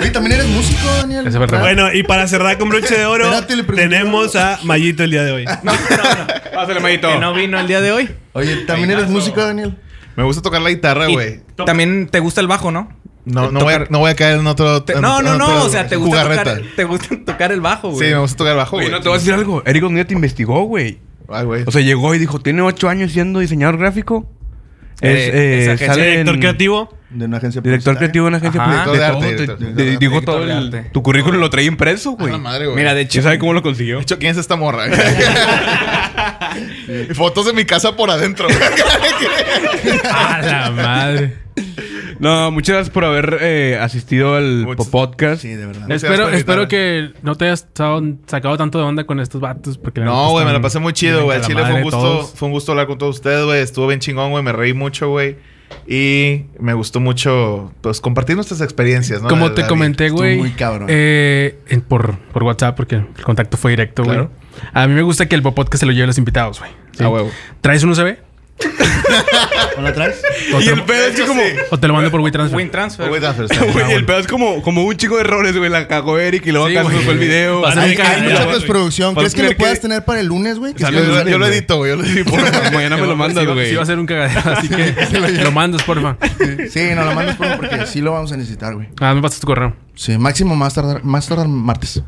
D: Oye, también eres músico, Daniel.
E: Eso es verdad.
F: Bueno, y para cerrar con broche de oro,
D: Espérate, le pregunto.
F: tenemos a Mayito el día de hoy.
A: Pásale, Mayito.
B: Que no vino el día de hoy.
D: Oye, también eres músico, Daniel.
C: Me gusta tocar la guitarra,
B: Y
C: güey.
B: También te gusta el bajo, ¿no?
C: No, no, voy a, no voy a caer en otro.
B: Te-
C: en-
B: Ah, no,
C: en
B: no,
C: otro
B: no. O sea, te gusta,
C: jugarreta.
B: tocar, te gusta tocar el bajo,
C: Sí,
B: güey.
C: me gusta tocar bajo,
A: Oye,
C: güey.
A: no te voy a decir algo. Eric O'Neill te investigó, güey.
C: Ay, güey.
A: O sea, llegó y dijo: Tiene ocho años siendo diseñador gráfico.
B: Eh, es agencia-
A: sale
F: Director
A: en-
F: creativo.
D: De una agencia
A: Director
D: publicitaria.
A: creativo de una agencia
B: Ajá.
A: publicitaria.
C: Director de
A: De
C: arte,
A: todo,
C: director
A: te-
C: de
A: te-
C: arte.
A: Dijo
B: Director
A: todo
B: de
A: el-
B: arte.
A: Tu currículum lo traía impreso,
C: A
A: güey.
C: la Ah, madre, güey.
B: Mira, de
A: ¿Quién
B: hecho,
A: sabe cómo lo consiguió?
C: De hecho, ¿quién es esta morra? Y Fotos de mi casa por adentro.
E: A la madre.
A: No, muchas gracias por haber eh, asistido al
C: Muchas-
A: podcast.
D: Sí, de verdad.
C: Muchas
E: Espero,
C: gracias por
E: espero que no te hayas estado- sacado tanto de onda con estos vatos. Porque la neta
C: no, güey, me la
E: están
C: pasé muy chido,
E: bien
C: güey.
E: a
C: Al
E: la
C: Chile fue
E: madre
C: un gusto,
E: todos.
C: fue un gusto hablar con todos ustedes, güey. Estuvo bien chingón, güey. Me reí mucho, güey. Y me gustó mucho, pues, compartir nuestras experiencias, ¿no?
E: Como
C: La-
E: te
C: la-
E: comenté,
D: estuvo
E: güey.
D: muy cabrón.
E: eh, en- por, por WhatsApp, porque el contacto fue directo, güey.
C: Claro. Ah,
E: A mí me gusta que el podcast se lo lleve a los invitados, güey. ¿sí?
C: A huevo.
E: ¿Traes un USB?
D: ¿O la traes?
E: O
A: Y
E: te,
A: el pedo es que como...
E: o te lo mando por
B: Win
E: WeTransfer.
B: transfer.
C: Oh, Güey, transfer,
A: Güey,
C: está.
A: el pedo es como, como un chico de errores, güey. La cagó Eric y luego
E: Sí,
A: acá se
E: güey.
A: nos fue el video.
E: Pasó el
A: Ay,
D: Hay
A: ay,
E: canal,
A: mucha
D: mucha
E: güey.
D: postproducción.
A: Vas
D: ¿Crees
A: a
D: que lo
A: tener
D: puedes
A: que-
D: tener para el lunes, güey? Que
A: Sale-
D: se lo
A: yo-
D: salen,
A: yo lo
D: güey.
A: edito, güey. Yo lo edito. Mañana me lo mandas,
E: Sí va-
A: güey.
E: Sí va a ser un cagadero, así que lo mandas, porfa.
D: Sí, no, lo mandas por porque sí lo vamos a necesitar, güey.
E: Ah, me pasas tu correo.
D: Sí, máximo más tardar, más tardar martes.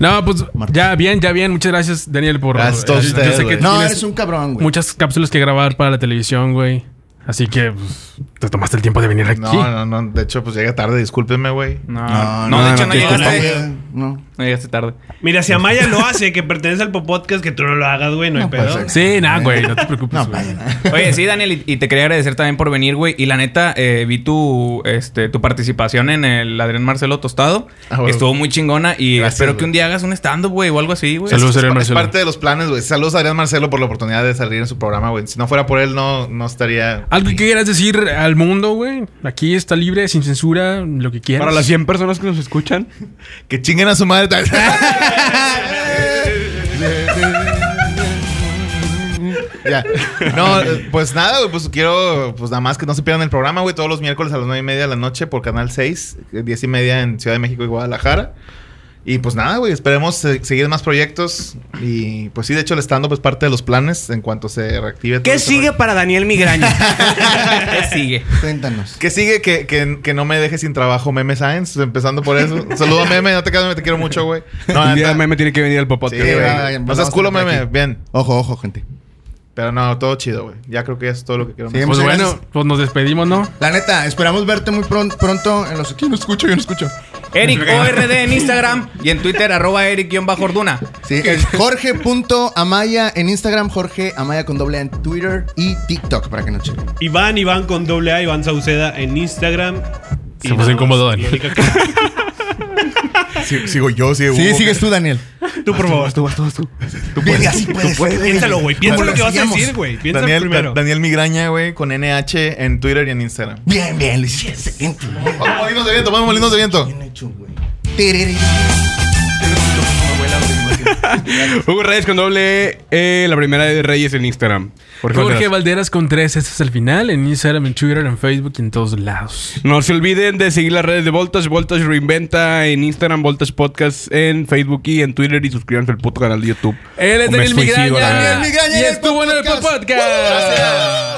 E: No, pues
D: Marta.
E: ya bien, ya bien. Muchas gracias, Daniel, por.
C: Gracias a todos
E: yo- yo
C: ustedes,
E: sé que
C: güey.
E: tú
D: No,
E: tienes
D: eres un cabrón, güey.
E: muchas cápsulas que grabar para la televisión, güey. Así que pues, te tomaste el tiempo de venir aquí.
C: No, no, no. De hecho, pues llega tarde. Discúlpenme, güey.
E: No.
B: Ah, No, de hecho, no
D: que
B: llegaste.
D: está bien, No.
B: No llegaste tarde.
F: Mira, si Amaya lo hace, que pertenece al podcast, que tú no lo hagas, güey, no, hay
D: No
F: pedo.
D: pasa.
E: pues, Sí, nada, güey. No te preocupes.
D: No,
E: güey.
D: vaya, nada.
B: Oye, sí, Daniel, y, y te quería agradecer también por venir, güey. Y la neta, eh, vi tu, este, tu participación en el Adrián Marcelo Tostado.
C: Ah, güey.
B: Estuvo muy chingona y
C: Gracias,
B: espero que
C: güey.
B: un día hagas un stand-up, güey, o algo así, güey.
E: Saludos,
C: Es-
E: Adrián
C: es,
E: Marcelo.
C: parte de los planes, güey. Saludos a Adrián Marcelo por la oportunidad de salir en su programa, güey. Si no fuera por él, no, no estaría.
E: Algo que quieras decir al mundo, güey. Aquí está libre, sin censura, lo que quieras.
A: Para las 100 personas que nos escuchan.
C: Que chinguen a su madre. ya. No, eh, pues nada, güey. Pues quiero, pues nada más que no se pierdan el programa, güey. Todos los miércoles a las 9 y media de la noche por Canal 6, eh, 10 y media en Ciudad de México y Guadalajara. Y pues nada, güey. Esperemos eh, seguir más proyectos. Y pues sí, de hecho, el stand-up es parte de los planes en cuanto se reactive. todo
B: ¿Qué
C: este
B: sigue para Daniel Migraña? ¿Qué sigue?
D: Cuéntanos.
C: ¿Qué sigue? Que, que, que no me deje sin trabajo Meme Science, empezando por eso. Saludo a Meme, no te quedas, te quiero mucho, güey. No,
A: un día
C: neta.
A: meme tiene que venir al podcast,
C: Sí,
A: güey.
C: güey. No seas culo, Meme. Bien.
D: Ojo, ojo, gente.
C: Pero no, todo chido, güey. Ya creo que ya es todo lo que quiero
D: Sí,
C: mencionar.
E: Pues
D: Muchas
E: bueno,
D: gracias.
E: pues nos despedimos, ¿no?
D: La neta, esperamos verte muy pron- pronto en los... Yo no escucho, yo no escucho.
B: Eric ORD en Instagram y en Twitter, arroba Eric-Orduna.
D: Sí, es jorge.amaya en Instagram, Jorge Amaya con doble A en Twitter y TikTok, para que no chequen.
F: Iván, Iván con doble A, Iván Sauceda en Instagram.
E: Se
F: Y
E: puso
F: nada más,
E: incómodo,
F: y la
E: Daniel.
F: única que-
A: Sigo yo, sigo
D: Sí, sigues tú, Daniel.
F: Tú, por favor.
D: Tú puedes, sí puedes.
F: Piénsalo, güey. Piensa
D: ¿Cómo
F: lo que vas a
D: hacíamos?
F: decir, güey. Piensa
C: Daniel,
F: primero.
C: Da- Daniel Migraña, güey, con NH en Twitter y en Instagram.
D: Bien, bien, lo hiciste. gente.
C: Vamos, molinos de viento, vamos, molinos de viento.
D: Bien hecho, güey. Terere.
A: Hugo Reyes con doble E, eh, la primera de Reyes en Instagram. Jorge
E: Jorge
A: Valderas.
E: Valderas con tres. Este es el final. En Instagram, en Twitter, en Facebook y en todos lados.
A: No se olviden de seguir las redes de Voltage, Voltage Reinventa en Instagram, Voltage Podcast en Facebook y en Twitter y suscríbanse al puto canal de YouTube.
E: Él es
A: Me
E: Daniel
A: suicido, la
E: Migraña.
A: verdad.
D: Daniel Migraña
E: Y
D: en el
E: estuvo en el
D: podcast.
E: podcast.
D: Gracias.